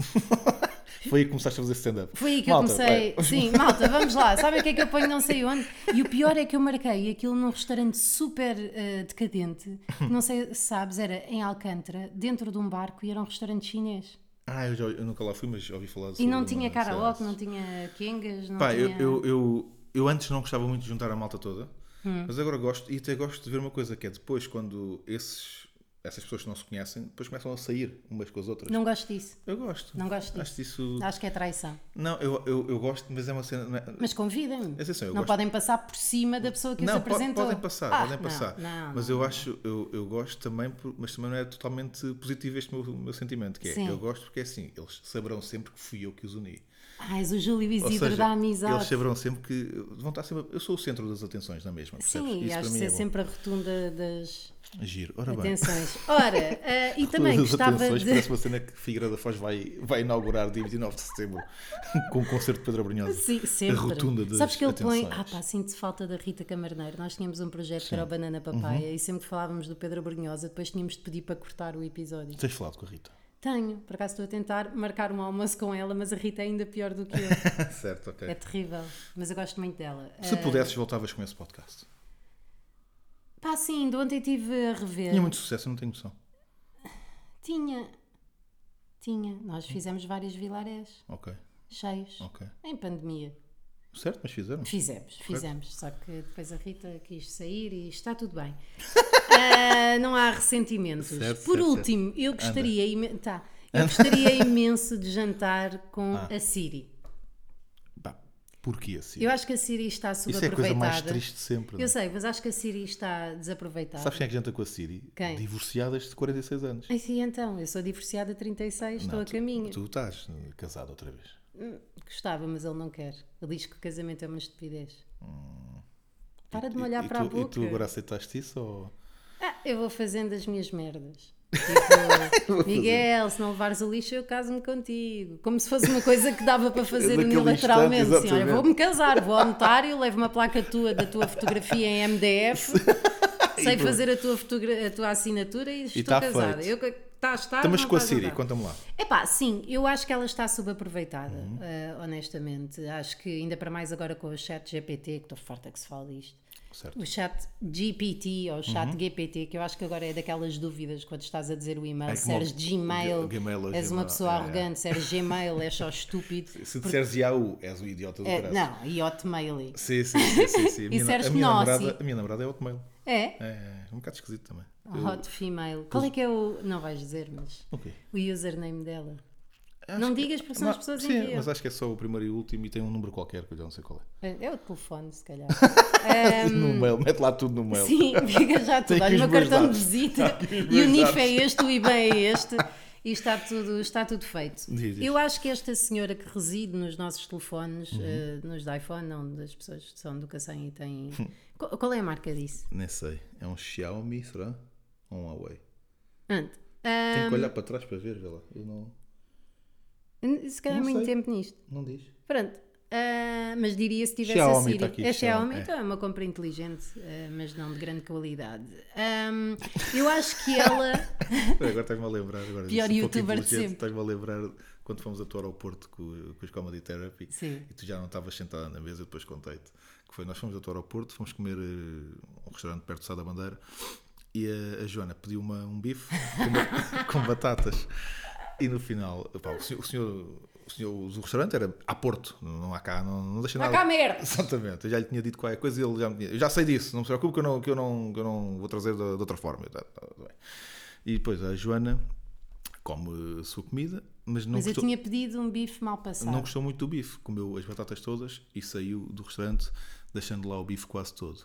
Speaker 3: Foi aí que começaste a fazer stand-up.
Speaker 2: Foi aí que
Speaker 3: Malta,
Speaker 2: eu comecei.
Speaker 3: vai.
Speaker 2: Sim, malta, vamos lá. Sabem o que é que eu ponho não sei onde? E o pior é que eu marquei aquilo num restaurante super eh, decadente, que não sei se sabes, era em Alcântara, dentro de um barco e era um restaurante chinês.
Speaker 3: Ah, eu, já, eu nunca lá fui, mas já ouvi falar
Speaker 2: E
Speaker 3: sobre
Speaker 2: não
Speaker 3: uma
Speaker 2: tinha
Speaker 3: cena
Speaker 2: karaoke,
Speaker 3: assim.
Speaker 2: não tinha kengas, não
Speaker 3: Pá, eu,
Speaker 2: tinha...
Speaker 3: eu, eu, eu antes não gostava muito de juntar a malta toda,
Speaker 2: Hum.
Speaker 3: mas agora gosto e até gosto de ver uma coisa que é depois quando esses, essas pessoas que não se conhecem depois começam a sair umas com as outras.
Speaker 2: Não gosto disso.
Speaker 3: Eu gosto.
Speaker 2: Não gosto
Speaker 3: Acho isso.
Speaker 2: Acho que é traição.
Speaker 3: Não, eu, eu, eu gosto, mas é uma cena. não é-
Speaker 2: Mas convidem-me.
Speaker 3: É assim, eu
Speaker 2: não
Speaker 3: gosto.
Speaker 2: podem passar por cima da pessoa que
Speaker 3: não,
Speaker 2: os
Speaker 3: po-
Speaker 2: apresentou.
Speaker 3: podem passar,
Speaker 2: Ah,
Speaker 3: podem
Speaker 2: não,
Speaker 3: passar.
Speaker 2: não,
Speaker 3: mas
Speaker 2: não,
Speaker 3: eu
Speaker 2: não.
Speaker 3: acho, eu, eu gosto também, por- mas também não é totalmente positivo este meu, meu sentimento, que é
Speaker 2: Sim.
Speaker 3: eu gosto porque é assim, eles saberão sempre que fui eu que os uni.
Speaker 2: Ah, és o Júlio
Speaker 3: Ou
Speaker 2: Isidro
Speaker 3: seja,
Speaker 2: da amizade.
Speaker 3: Eles saberão sempre que vão estar sempre. Eu sou o centro das atenções na mesma. percebes?
Speaker 2: Sim, e
Speaker 3: Isso
Speaker 2: acho
Speaker 3: para
Speaker 2: que
Speaker 3: mim
Speaker 2: é,
Speaker 3: é bom.
Speaker 2: sempre a rotunda das
Speaker 3: Giro. Ora bem.
Speaker 2: atenções. Ora, ah, e
Speaker 3: Rotunda
Speaker 2: também
Speaker 3: das
Speaker 2: gostava
Speaker 3: atenções,
Speaker 2: de.
Speaker 3: Parece uma cena que Figueira da Foz vai, vai inaugurar dia 29 de setembro com o concerto de Pedro Brunhosa.
Speaker 2: Sim, sempre.
Speaker 3: A rotunda das
Speaker 2: Sabes que ele põe. Ah,
Speaker 3: atenções.
Speaker 2: pá, sinto falta da Rita Camarneiro. Nós tínhamos um projeto que era o Banana
Speaker 3: Uhum.
Speaker 2: Papaya e sempre que falávamos do Pedro Brunhosa, depois tínhamos de pedir para cortar o episódio.
Speaker 3: Tens falado com a Rita.
Speaker 2: Tenho, por acaso estou a tentar marcar um almoço com ela, mas a Rita é ainda pior do que eu.
Speaker 3: certo, ok.
Speaker 2: é terrível, mas eu gosto muito dela.
Speaker 3: Se
Speaker 2: Ah,
Speaker 3: pudesses, voltavas com esse podcast.
Speaker 2: Pá, sim, de ontem estive a rever.
Speaker 3: Tinha muito sucesso, eu não tenho noção.
Speaker 2: Tinha. Tinha. Nós fizemos vários vilarés
Speaker 3: Ok,
Speaker 2: cheios.
Speaker 3: ok.
Speaker 2: Em pandemia.
Speaker 3: Certo, mas fizeram.
Speaker 2: Fizemos, fizemos. Só que depois a Rita quis sair e está tudo bem. Ah, não há ressentimentos.
Speaker 3: Certo,
Speaker 2: Por
Speaker 3: certo,
Speaker 2: último, eu gostaria, imen- tá, eu gostaria imenso de jantar com
Speaker 3: Ah.
Speaker 2: a Siri.
Speaker 3: Pá, porquê assim?
Speaker 2: Eu acho que a Siri está
Speaker 3: Isso é a
Speaker 2: subaproveitada.
Speaker 3: coisa mais triste de sempre. não é?
Speaker 2: Eu sei, mas acho que a Siri está desaproveitada.
Speaker 3: Sabes quem é que janta com a Siri?
Speaker 2: Quem?
Speaker 3: Divorciadas de 46 anos.
Speaker 2: Ai, sim, então, eu sou divorciada a 36, estou
Speaker 3: Não,
Speaker 2: a
Speaker 3: tu-
Speaker 2: caminho.
Speaker 3: Tu estás eh, casado outra vez.
Speaker 2: Gostava, mas ele não quer. Ele diz que o casamento é uma estupidez. Para de
Speaker 3: Hum. E-
Speaker 2: me olhar
Speaker 3: e
Speaker 2: para
Speaker 3: tu,
Speaker 2: a boca.
Speaker 3: E tu agora aceitaste isso ou.
Speaker 2: Ah, eu vou fazendo as minhas merdas. Tipo, Miguel, se não levares o lixo, eu caso-me contigo. Como se fosse uma coisa que dava para fazer
Speaker 3: Naquele
Speaker 2: unilateralmente.
Speaker 3: instante,
Speaker 2: Sim, olha,
Speaker 3: exatamente.
Speaker 2: vou-me casar, vou ao notário, levo uma placa tua da tua fotografia em MDF. Sei fazer a tua, fotogra- a tua assinatura e estou
Speaker 3: tá
Speaker 2: casada.
Speaker 3: feito.
Speaker 2: Eu, que- tá, está,
Speaker 3: Estamos
Speaker 2: não
Speaker 3: Então, com a
Speaker 2: estás
Speaker 3: Siri,
Speaker 2: dar.
Speaker 3: conta-me lá.
Speaker 2: Epá, sim, eu acho que ela está subaproveitada,
Speaker 3: Uhum.
Speaker 2: eh, honestamente. Acho que ainda para mais agora com o chat GPT, que estou farta que se fale disto.
Speaker 3: Certo.
Speaker 2: O chat GPT ou o chat
Speaker 3: Uhum.
Speaker 2: GPT, que eu acho que agora é daquelas dúvidas quando estás a dizer o e-mail,
Speaker 3: É
Speaker 2: se
Speaker 3: como
Speaker 2: eres
Speaker 3: o
Speaker 2: Gmail,
Speaker 3: G- Gmail ou
Speaker 2: és uma
Speaker 3: Gmail,
Speaker 2: pessoa
Speaker 3: é, é.
Speaker 2: arrogante, se eres Gmail, és só estúpido.
Speaker 3: Se disseres Yahoo, és o idiota do
Speaker 2: Eh,
Speaker 3: caralho.
Speaker 2: não, e hotmail.
Speaker 3: Sim, sim, sim. sim, sim. A, minha,
Speaker 2: disseres
Speaker 3: a, minha
Speaker 2: Knossi.
Speaker 3: namorada, a minha namorada é Hotmail.
Speaker 2: É?
Speaker 3: É, é um bocado esquisito também.
Speaker 2: Hot female. Qual é que é o. Não vais dizer, mas.
Speaker 3: O quê?
Speaker 2: O username dela. não digas porque são as
Speaker 3: Não,
Speaker 2: pessoas
Speaker 3: Sim,
Speaker 2: enviam.
Speaker 3: mas acho que é só o primeiro e o último e tem um número qualquer que eu já não sei qual é.
Speaker 2: É o telefone, se calhar.
Speaker 3: No mail, mete lá tudo no mail.
Speaker 2: Ehm, Sim, fica já tudo.
Speaker 3: Tem
Speaker 2: Olha,
Speaker 3: aqui
Speaker 2: o meu
Speaker 3: os meus
Speaker 2: cartão
Speaker 3: dados.
Speaker 2: de visita.
Speaker 3: Está aqui os
Speaker 2: E o
Speaker 3: meus
Speaker 2: NIF
Speaker 3: dados.
Speaker 2: é este, o IBAN é este. E está tudo, está tudo feito.
Speaker 3: Diz, diz.
Speaker 2: Eu acho que esta senhora que reside nos nossos
Speaker 3: Uhum.
Speaker 2: telefones, eh, nos da iPhone, não, das pessoas que são do Cacém e têm. Qu- Qual é a marca disso?
Speaker 3: Nem sei. É um Xiaomi, será? Ou um Huawei?
Speaker 2: Ante. Ehm,
Speaker 3: Tenho que olhar para trás para ver, vê lá. Eu não,
Speaker 2: N- Se calhar
Speaker 3: Não
Speaker 2: muito
Speaker 3: sei.
Speaker 2: tempo nisto.
Speaker 3: não diz.
Speaker 2: Pronto. Ah, mas diria se tivesse a
Speaker 3: Xiaomi
Speaker 2: Siri.
Speaker 3: está aqui,
Speaker 2: é Xiaomi,
Speaker 3: Xiaomi, é.
Speaker 2: então é uma compra inteligente, ah, mas não de grande qualidade. Ahm, eu acho que ela.
Speaker 3: Espera, Agora estás-me a lembrar. Agora
Speaker 2: Pior
Speaker 3: disse um pouco
Speaker 2: youtuber de
Speaker 3: inteligente,
Speaker 2: sempre.
Speaker 3: Estás-me a lembrar quando fomos atuar ao Porto com, com os Comedy Therapy
Speaker 2: Sim.
Speaker 3: e tu já não estavas sentada na mesa. Eu depois contei-te que foi. Nós fomos atuar ao Porto, fomos comer eh, um restaurante perto de Sá da Bandeira e a, a Joana pediu uma, um bife com, ba- com batatas. E no final, pá, o senhor. O senhor o senhor- o restaurante era a Porto, não há cá, não, não deixa
Speaker 2: Há
Speaker 3: nada.
Speaker 2: cá merda.
Speaker 3: Exatamente, eu já lhe tinha dito qualquer coisa e ele já me tinha. Eu já sei disso, não se preocupe que eu não, que eu não, que eu não vou trazer de, de outra forma. Eu, tá, tá, tá bem. E depois a Joana come a sua comida, mas não,
Speaker 2: Mas eu
Speaker 3: gostou,
Speaker 2: tinha pedido um bife mal passado.
Speaker 3: não gostou muito do bife. Comeu as batatas todas e saiu do restaurante, deixando lá o bife quase todo.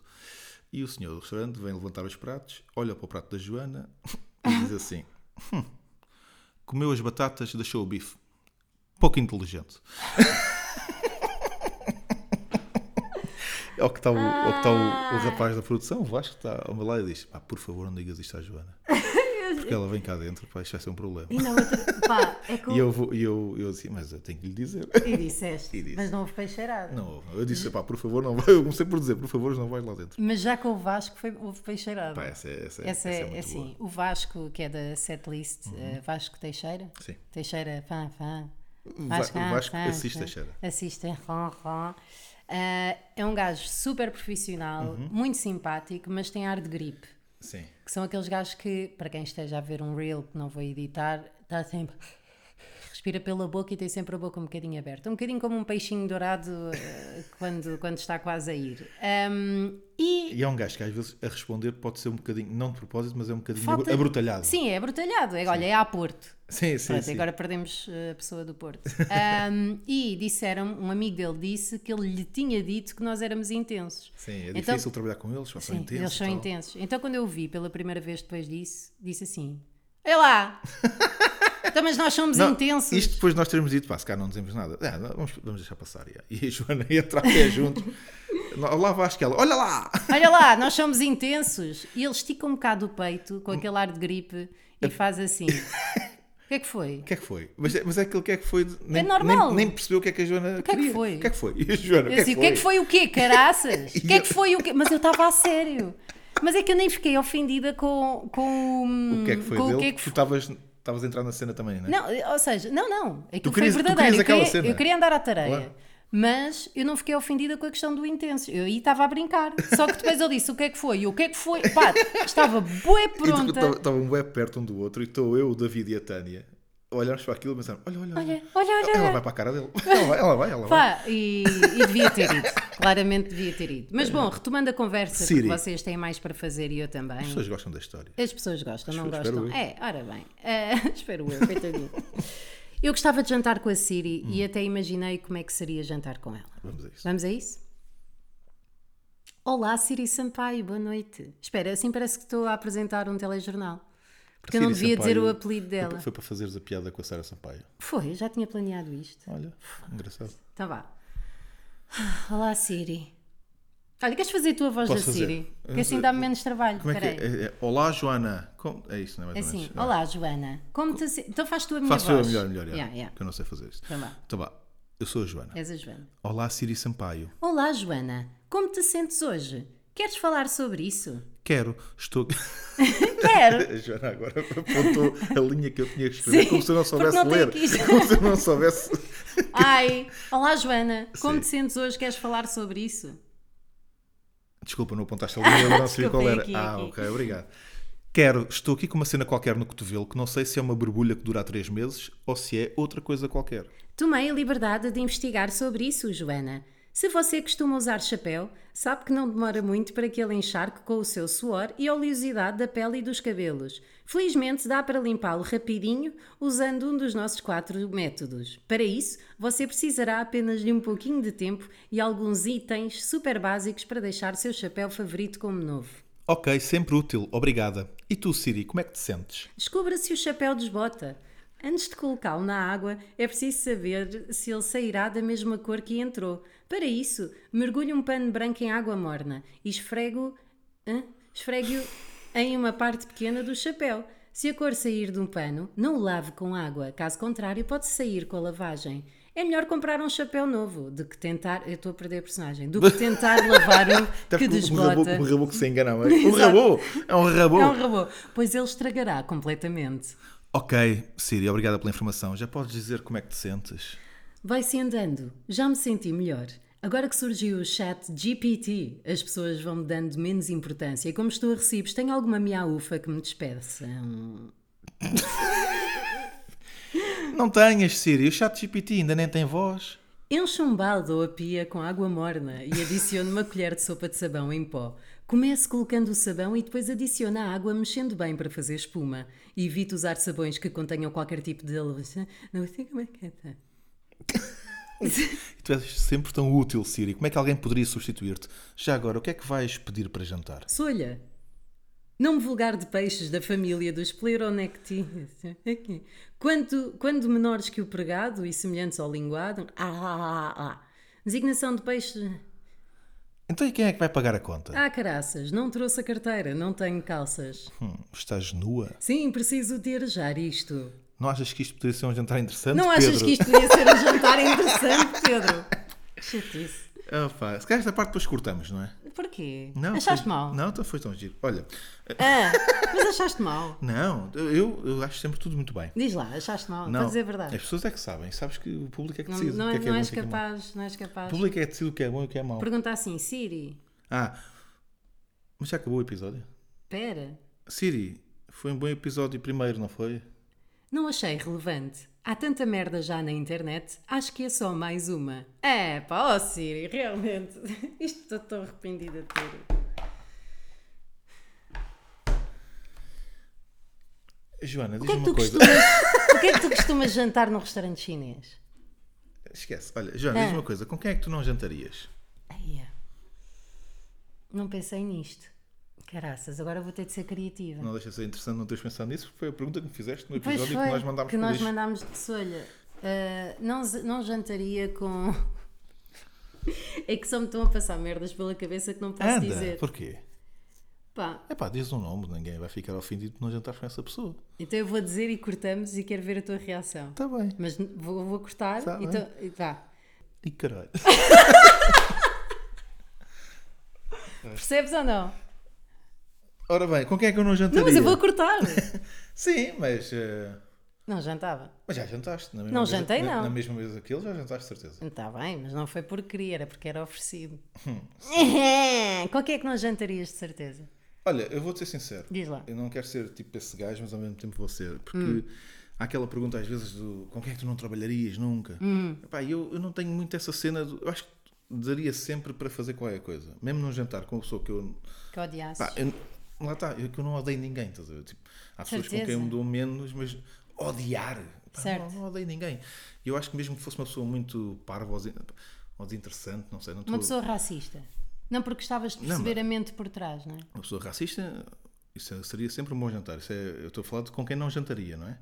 Speaker 3: E o senhor do restaurante vem levantar os pratos, olha para o prato da Joana e diz assim: "Hum, comeu as batatas, deixou o bife. Pouco inteligente. Ao que está É o, ao que está o- o rapaz da produção, o Vasco, está ao meu lado e diz: "Pá, por favor, não digas isto à Joana. Porque ela vem cá dentro, pá, isto vai ser um problema.
Speaker 2: E na outra, pá, é que
Speaker 3: E
Speaker 2: eu...
Speaker 3: eu, vou, e eu, eu disse, mas eu tenho que lhe dizer.
Speaker 2: E disseste,
Speaker 3: E disse.
Speaker 2: mas não houve peixeirada.
Speaker 3: Não, houve. eu disse, pá, por favor, não vai. Eu comecei por dizer, por favor, não vais lá dentro.
Speaker 2: Mas já com o Vasco foi, houve peixeirada.
Speaker 3: Pá, essa, é- essa, é-
Speaker 2: Essa é, é
Speaker 3: muito boa. Uhum.
Speaker 2: assim, o Vasco, que é da setlist, eh, Vasco Teixeira.
Speaker 3: Sim.
Speaker 2: Teixeira, fã, fã.
Speaker 3: Va-
Speaker 2: ah,
Speaker 3: Vasco
Speaker 2: fã,
Speaker 3: Assis
Speaker 2: fã.
Speaker 3: Teixeira.
Speaker 2: Assis Teixeira, fã, fã. Ah, é um gajo super profissional,
Speaker 3: Uhum.
Speaker 2: muito simpático, mas tem ar de gripe.
Speaker 3: Sim.
Speaker 2: Que são aqueles gajos que, para quem esteja a ver um reel que não vou editar, está sempre. Respira pela boca e tem sempre a boca um bocadinho aberta. Um bocadinho como um peixinho dourado eh, quando, quando está quase a ir. Ahm, e
Speaker 3: E é um gajo que às vezes a responder pode ser um bocadinho, não de propósito, mas é um bocadinho
Speaker 2: Falta-
Speaker 3: abrutalhado.
Speaker 2: Sim, é brutalhado. É, olha, é a Porto.
Speaker 3: sim, sim.
Speaker 2: Pronto,
Speaker 3: sim.
Speaker 2: agora perdemos eh, a pessoa do Porto. Ahm, e disseram, um amigo dele disse que ele lhe tinha dito que nós éramos intensos.
Speaker 3: Sim, é
Speaker 2: Então-
Speaker 3: difícil trabalhar com eles, só são
Speaker 2: Sim,
Speaker 3: intensos.
Speaker 2: eles são
Speaker 3: e tal.
Speaker 2: intensos. Então, quando eu o vi pela primeira vez depois disso, disse assim: É lá! então, mas nós somos
Speaker 3: Não,
Speaker 2: intensos.
Speaker 3: Isto depois nós termos dito, pá, se cá não dizemos nada. Ah, não, vamos, vamos deixar passar. já. E a Joana entra a pé juntos. lá Vasco, ela, olha lá!
Speaker 2: Olha lá, nós somos intensos. E ele estica um bocado o peito com aquele ar de gripe e faz assim: O que é que foi?
Speaker 3: O que é que foi? Mas é, mas é aquele que é que foi. de- Nem,
Speaker 2: normal.
Speaker 3: Nem, nem percebeu o que é que a Joana. O
Speaker 2: que é que foi?
Speaker 3: O que é que foi? E a Joana, o
Speaker 2: Eu
Speaker 3: que é
Speaker 2: disse,
Speaker 3: que
Speaker 2: o que é que
Speaker 3: foi?
Speaker 2: foi o quê, caraças? O que é
Speaker 3: eu-
Speaker 2: que foi o quê? Mas eu estava a sério. Mas é que eu nem fiquei ofendida com, com
Speaker 3: O que é que foi
Speaker 2: com o
Speaker 3: dele?
Speaker 2: que é que
Speaker 3: Tu
Speaker 2: foi.
Speaker 3: estavas estavas a entrar na cena também, não é?
Speaker 2: Não, ou seja, não, não. Aquilo
Speaker 3: Tu querias-
Speaker 2: foi
Speaker 3: tu
Speaker 2: verdadeiro.
Speaker 3: querias
Speaker 2: Eu
Speaker 3: aquela
Speaker 2: queria,
Speaker 3: cena.
Speaker 2: eu queria andar à tareia.
Speaker 3: Claro.
Speaker 2: Mas eu não fiquei ofendida com a questão do intenso. Eu aí estava a brincar. Só que depois ele disse o que é que foi e o que é que foi. Pá, estava bué pronta.
Speaker 3: Estavam um web perto um do outro e estou eu, o David e a Tânia. Olhamos para aquilo e pensamos: olha, olha,
Speaker 2: Olha,
Speaker 3: olha.
Speaker 2: olha, olha.
Speaker 3: Ela
Speaker 2: olha.
Speaker 3: vai para a cara dele. Ela vai, ela vai. Ela vai.
Speaker 2: Pá, e, e devia ter ido. Claramente devia ter ido. Mas bom, retomando a conversa,
Speaker 3: Siri.
Speaker 2: porque vocês têm mais para fazer e eu também.
Speaker 3: As pessoas gostam da história.
Speaker 2: As pessoas gostam, não
Speaker 3: Espero- espero
Speaker 2: gostam.
Speaker 3: eu.
Speaker 2: É, ora bem. Eh, espero eu, coitadinho. eu gostava de jantar com a Siri
Speaker 3: Hum.
Speaker 2: e até imaginei como é que seria jantar com ela.
Speaker 3: Vamos a isso.
Speaker 2: Vamos a isso? Olá, Siri Sampaio, boa noite. Espera, assim parece que estou a apresentar um telejornal. Porque eu não
Speaker 3: Siri
Speaker 2: devia dizer o
Speaker 3: Sampaio-
Speaker 2: apelido dela.
Speaker 3: é Foi para fazeres a piada com a Sara Sampaio.
Speaker 2: Foi, já tinha planeado isto.
Speaker 3: Olha, engraçado.
Speaker 2: Então vá. Olá, Siri. Olha, queres fazer a tua voz
Speaker 3: Posso
Speaker 2: da
Speaker 3: fazer?
Speaker 2: Siri?
Speaker 3: Eu
Speaker 2: Que
Speaker 3: não
Speaker 2: assim
Speaker 3: sei-
Speaker 2: dá-me menos trabalho.
Speaker 3: Como é que
Speaker 2: Peraí.
Speaker 3: é? É- é, Olá, Joana. Como- É isso, não é?
Speaker 2: É
Speaker 3: Mais ou
Speaker 2: assim,
Speaker 3: menos.
Speaker 2: olá Joana, como te se- Então faz tu a minha
Speaker 3: Faço eu
Speaker 2: voz.
Speaker 3: melhor, melhor.
Speaker 2: Yeah,
Speaker 3: Yeah, Ah.
Speaker 2: yeah. É.
Speaker 3: Que eu não sei fazer isto.
Speaker 2: Então vá.
Speaker 3: Então vá. Eu sou a Joana.
Speaker 2: És a Joana.
Speaker 3: Olá, Siri Sampaio.
Speaker 2: Olá Joana, como te sentes hoje? Queres falar sobre isso?
Speaker 3: Quero, estou.
Speaker 2: Quero!
Speaker 3: A Joana agora apontou a linha que eu tinha que escrever,
Speaker 2: Sim,
Speaker 3: como se eu não
Speaker 2: porque
Speaker 3: soubesse
Speaker 2: não tem
Speaker 3: ler.
Speaker 2: aqui já.
Speaker 3: Como se eu não soubesse.
Speaker 2: Ai! Olá, Joana! Como
Speaker 3: Sim.
Speaker 2: te sentes hoje? Queres falar sobre isso?
Speaker 3: Desculpa, não apontaste a linha, eu não sabia qual
Speaker 2: Desculpa, é
Speaker 3: era.
Speaker 2: aqui, é
Speaker 3: ah,
Speaker 2: aqui.
Speaker 3: ok, obrigado. Quero, estou aqui com uma cena qualquer no cotovelo que não sei se é uma borbulha que dura três meses ou se é outra coisa qualquer.
Speaker 2: Tomei a liberdade de investigar sobre isso, Joana. Se você costuma usar chapéu, sabe que não demora muito para que ele encharque com o seu suor e a oleosidade da pele e dos cabelos. Felizmente dá para limpá-lo rapidinho usando um dos nossos quatro métodos. Para isso, você precisará apenas de um pouquinho de tempo e alguns itens super básicos para deixar seu chapéu favorito como novo.
Speaker 3: Ok, sempre útil, obrigada. E tu, Siri, como é que te sentes?
Speaker 2: Descubra se o chapéu desbota. Antes de colocá-lo na água, é preciso saber se ele sairá da mesma cor que entrou. Para isso, mergulhe um pano branco em água morna e esfrego, hã? esfregue-o em uma parte pequena do chapéu. Se a cor sair de um pano, não o lave com água, caso contrário, pode sair com a lavagem. É melhor comprar um chapéu novo do que tentar. Eu estou a perder a personagem. Do que tentar lavar um
Speaker 3: Até
Speaker 2: que
Speaker 3: porque o
Speaker 2: desbota.
Speaker 3: rabô, o rabô que se engana, não é? Um
Speaker 2: Exato.
Speaker 3: rabô! É um rabô!
Speaker 2: É um rabô. Pois ele estragará completamente.
Speaker 3: Ok, Siri, obrigada pela informação. Já podes dizer como é que te sentes?
Speaker 2: Vai-se andando, já me senti melhor. Agora que surgiu o chat GPT, as pessoas vão-me dando menos importância. E como estou a recibos, tenho alguma miaufa que me despeçam.
Speaker 3: Não tenhas, Siri, o chat GPT ainda nem tem voz.
Speaker 2: Encho um balde ou a pia com água morna e adiciono uma colher de sopa de sabão em pó. Comece colocando o sabão e depois adiciono a água, mexendo bem para fazer espuma. Evite usar sabões que contenham qualquer tipo de... Não sei como é que é. tá?
Speaker 3: E tu és sempre tão útil, Siri. Como é que alguém poderia substituir-te? Já agora, o que é que vais pedir para jantar?
Speaker 2: Solha. Nome vulgar de peixes da família dos pleuronectines. Quanto, quando menores que o pregado e semelhantes ao linguado. Ah, ah, ah, ah. Designação de peixes.
Speaker 3: Então e quem é que vai pagar a conta?
Speaker 2: Ah, caraças, não trouxe a carteira, não tenho calças.
Speaker 3: Hum, estás nua?
Speaker 2: Sim, preciso de arejar isto.
Speaker 3: Não achas que isto poderia ser um jantar interessante,
Speaker 2: não
Speaker 3: Pedro?
Speaker 2: achas que isto podia ser um jantar interessante, Pedro? Que Chatice.
Speaker 3: Ah, pá, se calhar esta parte depois cortamos, não é?
Speaker 2: Porquê?
Speaker 3: Não,
Speaker 2: achaste
Speaker 3: foi-
Speaker 2: mal?
Speaker 3: Não, então foi tão giro. Olha,
Speaker 2: Ah, mas achaste mal.
Speaker 3: não, eu, eu acho sempre tudo muito bem.
Speaker 2: Diz lá, achaste mal,
Speaker 3: Não,
Speaker 2: para dizer a verdade.
Speaker 3: As pessoas é que sabem, sabes que o público é que
Speaker 2: Não,
Speaker 3: decide.
Speaker 2: não,
Speaker 3: o que é, que é
Speaker 2: não
Speaker 3: bom,
Speaker 2: és
Speaker 3: o que é que é mau.
Speaker 2: capaz, não és capaz.
Speaker 3: O público é que decide o que é bom e o que é mau.
Speaker 2: Pergunta assim, Siri,
Speaker 3: Ah, mas já acabou o episódio?
Speaker 2: pera,
Speaker 3: Siri, foi um bom episódio primeiro, não foi?
Speaker 2: não achei relevante. Há tanta merda já na internet, acho que é só mais uma. É pá, ó Siri, realmente, isto estou tão arrependida de tudo.
Speaker 3: Joana,
Speaker 2: O que, é
Speaker 3: diz-me
Speaker 2: que
Speaker 3: uma
Speaker 2: tu
Speaker 3: coisa.
Speaker 2: costumas, o que é que tu costumas jantar num restaurante chinês?
Speaker 3: Esquece. Olha, Joana, diz-me
Speaker 2: Ah.
Speaker 3: uma coisa. Com quem é que tu não jantarias?
Speaker 2: Ai, é. não pensei nisto. Caraças, agora vou ter de ser criativa.
Speaker 3: Não deixa de ser interessante não teres pensado nisso, porque foi a pergunta que me fizeste no
Speaker 2: Pois
Speaker 3: episódio
Speaker 2: foi,
Speaker 3: que nós mandámos
Speaker 2: que
Speaker 3: por
Speaker 2: nós
Speaker 3: lixo.
Speaker 2: mandámos de solha. Ah, não, z- não jantaria com. é que só me estão a passar merdas pela cabeça que não posso
Speaker 3: Anda,
Speaker 2: dizer.
Speaker 3: porquê?
Speaker 2: Pá,
Speaker 3: É pá, diz um nome, ninguém vai ficar ofendido por não jantar com essa pessoa.
Speaker 2: então eu vou dizer e cortamos e quero ver a tua reação.
Speaker 3: Está bem.
Speaker 2: Mas n- vou, vou cortar
Speaker 3: Tá
Speaker 2: e
Speaker 3: bem.
Speaker 2: tô- e vá.
Speaker 3: E caralho.
Speaker 2: Percebes ou não?
Speaker 3: Tá Ora bem, com quem é que eu não jantaria?
Speaker 2: Não, mas eu vou cortar.
Speaker 3: Sim, mas. eh,
Speaker 2: não jantava.
Speaker 3: Mas já jantaste. Na mesma
Speaker 2: Não
Speaker 3: mesa-
Speaker 2: jantei,
Speaker 3: na-
Speaker 2: não.
Speaker 3: Na mesma mesa que ele, já jantaste, de certeza.
Speaker 2: Está Tá bem, mas não foi por querer, era porque era oferecido.
Speaker 3: Hum,
Speaker 2: Qual que é que não jantarias de certeza?
Speaker 3: Olha, eu vou-te ser sincero.
Speaker 2: Diz lá.
Speaker 3: Eu não quero ser tipo esse gajo, mas ao mesmo tempo vou ser. Porque
Speaker 2: Hum.
Speaker 3: há aquela pergunta às vezes do com quem é que tu não trabalharias nunca?
Speaker 2: Hum.
Speaker 3: Epá, eu, eu não tenho muito essa cena. do- eu acho que daria sempre para fazer qualquer coisa. Mesmo num jantar com uma pessoa que eu.
Speaker 2: Que odiasses?
Speaker 3: Pá, eu- lá está, eu que eu não odeio ninguém. Estás a ver? Tipo, há pessoas com quem eu
Speaker 2: Certeza.
Speaker 3: me dou menos, mas odiar. Pá,
Speaker 2: Certo.
Speaker 3: Não, não odeio ninguém. E eu acho que mesmo que fosse uma pessoa muito parva ou desin- ou desinteressante, não sei, não
Speaker 2: Uma
Speaker 3: estou-
Speaker 2: pessoa racista. Não porque gostavas de
Speaker 3: Não, mas-
Speaker 2: perceber a mente por trás, não é?
Speaker 3: Uma pessoa racista, isso seria sempre um bom jantar. Isso é- eu estou a falar de com quem não jantaria, não é?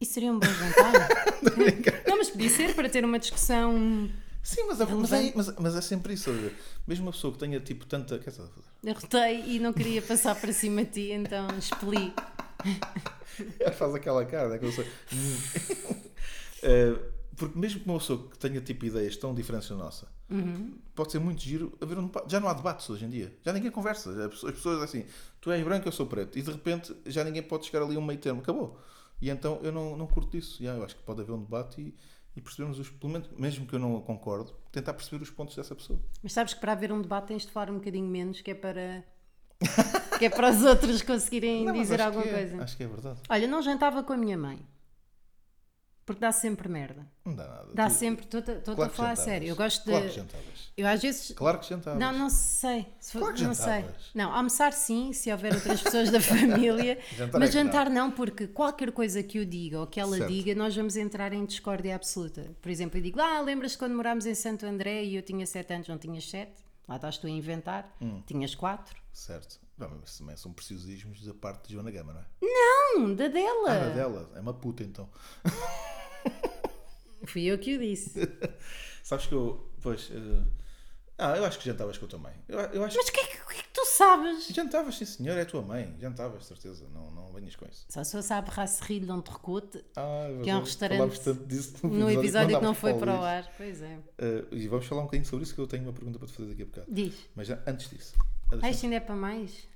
Speaker 2: Isso seria um bom jantar? não, mas podia ser para ter uma discussão.
Speaker 3: Sim, mas, a- mas, é,
Speaker 2: Relevante.
Speaker 3: mas, mas é sempre isso. olha, Mesmo uma pessoa que tenha tipo tanta. Quer dizer,
Speaker 2: Derrotei e não queria passar para cima de ti, então expeli.
Speaker 3: é ela faz aquela cara, né? que eu sou- Eh, Porque mesmo que uma pessoa que tenha tipo ideias tão diferentes da nossa, pode ser muito giro haver um debate. Já não há debates hoje em dia. Já ninguém conversa. As pessoas- as pessoas assim, tu és branco, eu sou preto. E de repente já ninguém pode chegar ali a um meio termo. Acabou. E então eu não, não curto isso. Já, eu acho que pode haver um debate e, e percebermos os, pelo menos, mesmo que eu não concordo, tentar perceber os pontos dessa pessoa.
Speaker 2: Mas sabes que para haver um debate tens de falar um bocadinho menos, que é para, que é para os outros conseguirem
Speaker 3: Não, mas
Speaker 2: dizer
Speaker 3: acho
Speaker 2: alguma
Speaker 3: que é-
Speaker 2: coisa.
Speaker 3: Acho que é verdade.
Speaker 2: Olha, não jantava com a minha mãe. Porque dá sempre merda.
Speaker 3: Não dá nada.
Speaker 2: Dá
Speaker 3: Tu-
Speaker 2: sempre, estou-te a
Speaker 3: claro que
Speaker 2: falar a
Speaker 3: jantavas.
Speaker 2: sério. Eu gosto de.
Speaker 3: Claro que jantavas.
Speaker 2: eu às vezes.
Speaker 3: Claro que jantavas.
Speaker 2: Não, não sei. Se for-
Speaker 3: Claro que
Speaker 2: não sei.
Speaker 3: jantavas.
Speaker 2: Não, almoçar sim, se houver outras pessoas da família.
Speaker 3: Jantar é
Speaker 2: mas
Speaker 3: que não.
Speaker 2: jantar não. porque qualquer coisa que eu diga ou que ela
Speaker 3: Certo.
Speaker 2: diga, nós vamos entrar em discórdia absoluta. Por exemplo, eu digo, ah, lembras-te quando morámos em Santo André e eu tinha 7 anos, não tinhas 7? Lá estás tu a inventar,
Speaker 3: Hum.
Speaker 2: tinhas 4.
Speaker 3: Certo. Não, mas também são preciosismos da parte de Joana Gama, não é?
Speaker 2: Hum, da dela!
Speaker 3: Ah, dela. É uma puta, então.
Speaker 2: Fui eu que o disse.
Speaker 3: Sabes que eu. Pois. eh, Ah, eu acho que jantavas com a tua mãe. Eu, eu acho
Speaker 2: Mas o que, é que, o que é que tu sabes?
Speaker 3: que. Jantavas, sim senhor, é a tua mãe. Jantavas, certeza. Não, não venhas com isso.
Speaker 2: Só se fosse a Brasserie de Entrecote
Speaker 3: Ah,
Speaker 2: Que é um
Speaker 3: vocês
Speaker 2: restaurante
Speaker 3: falavas tanto disso
Speaker 2: no episódio que não
Speaker 3: mandámos
Speaker 2: foi para o
Speaker 3: Luís.
Speaker 2: ar. Pois é.
Speaker 3: Eh, e vamos falar um bocadinho sobre isso que eu tenho uma pergunta para te fazer daqui a bocado.
Speaker 2: Diz.
Speaker 3: Mas já- antes disso.
Speaker 2: Ah, isto ainda é para mais?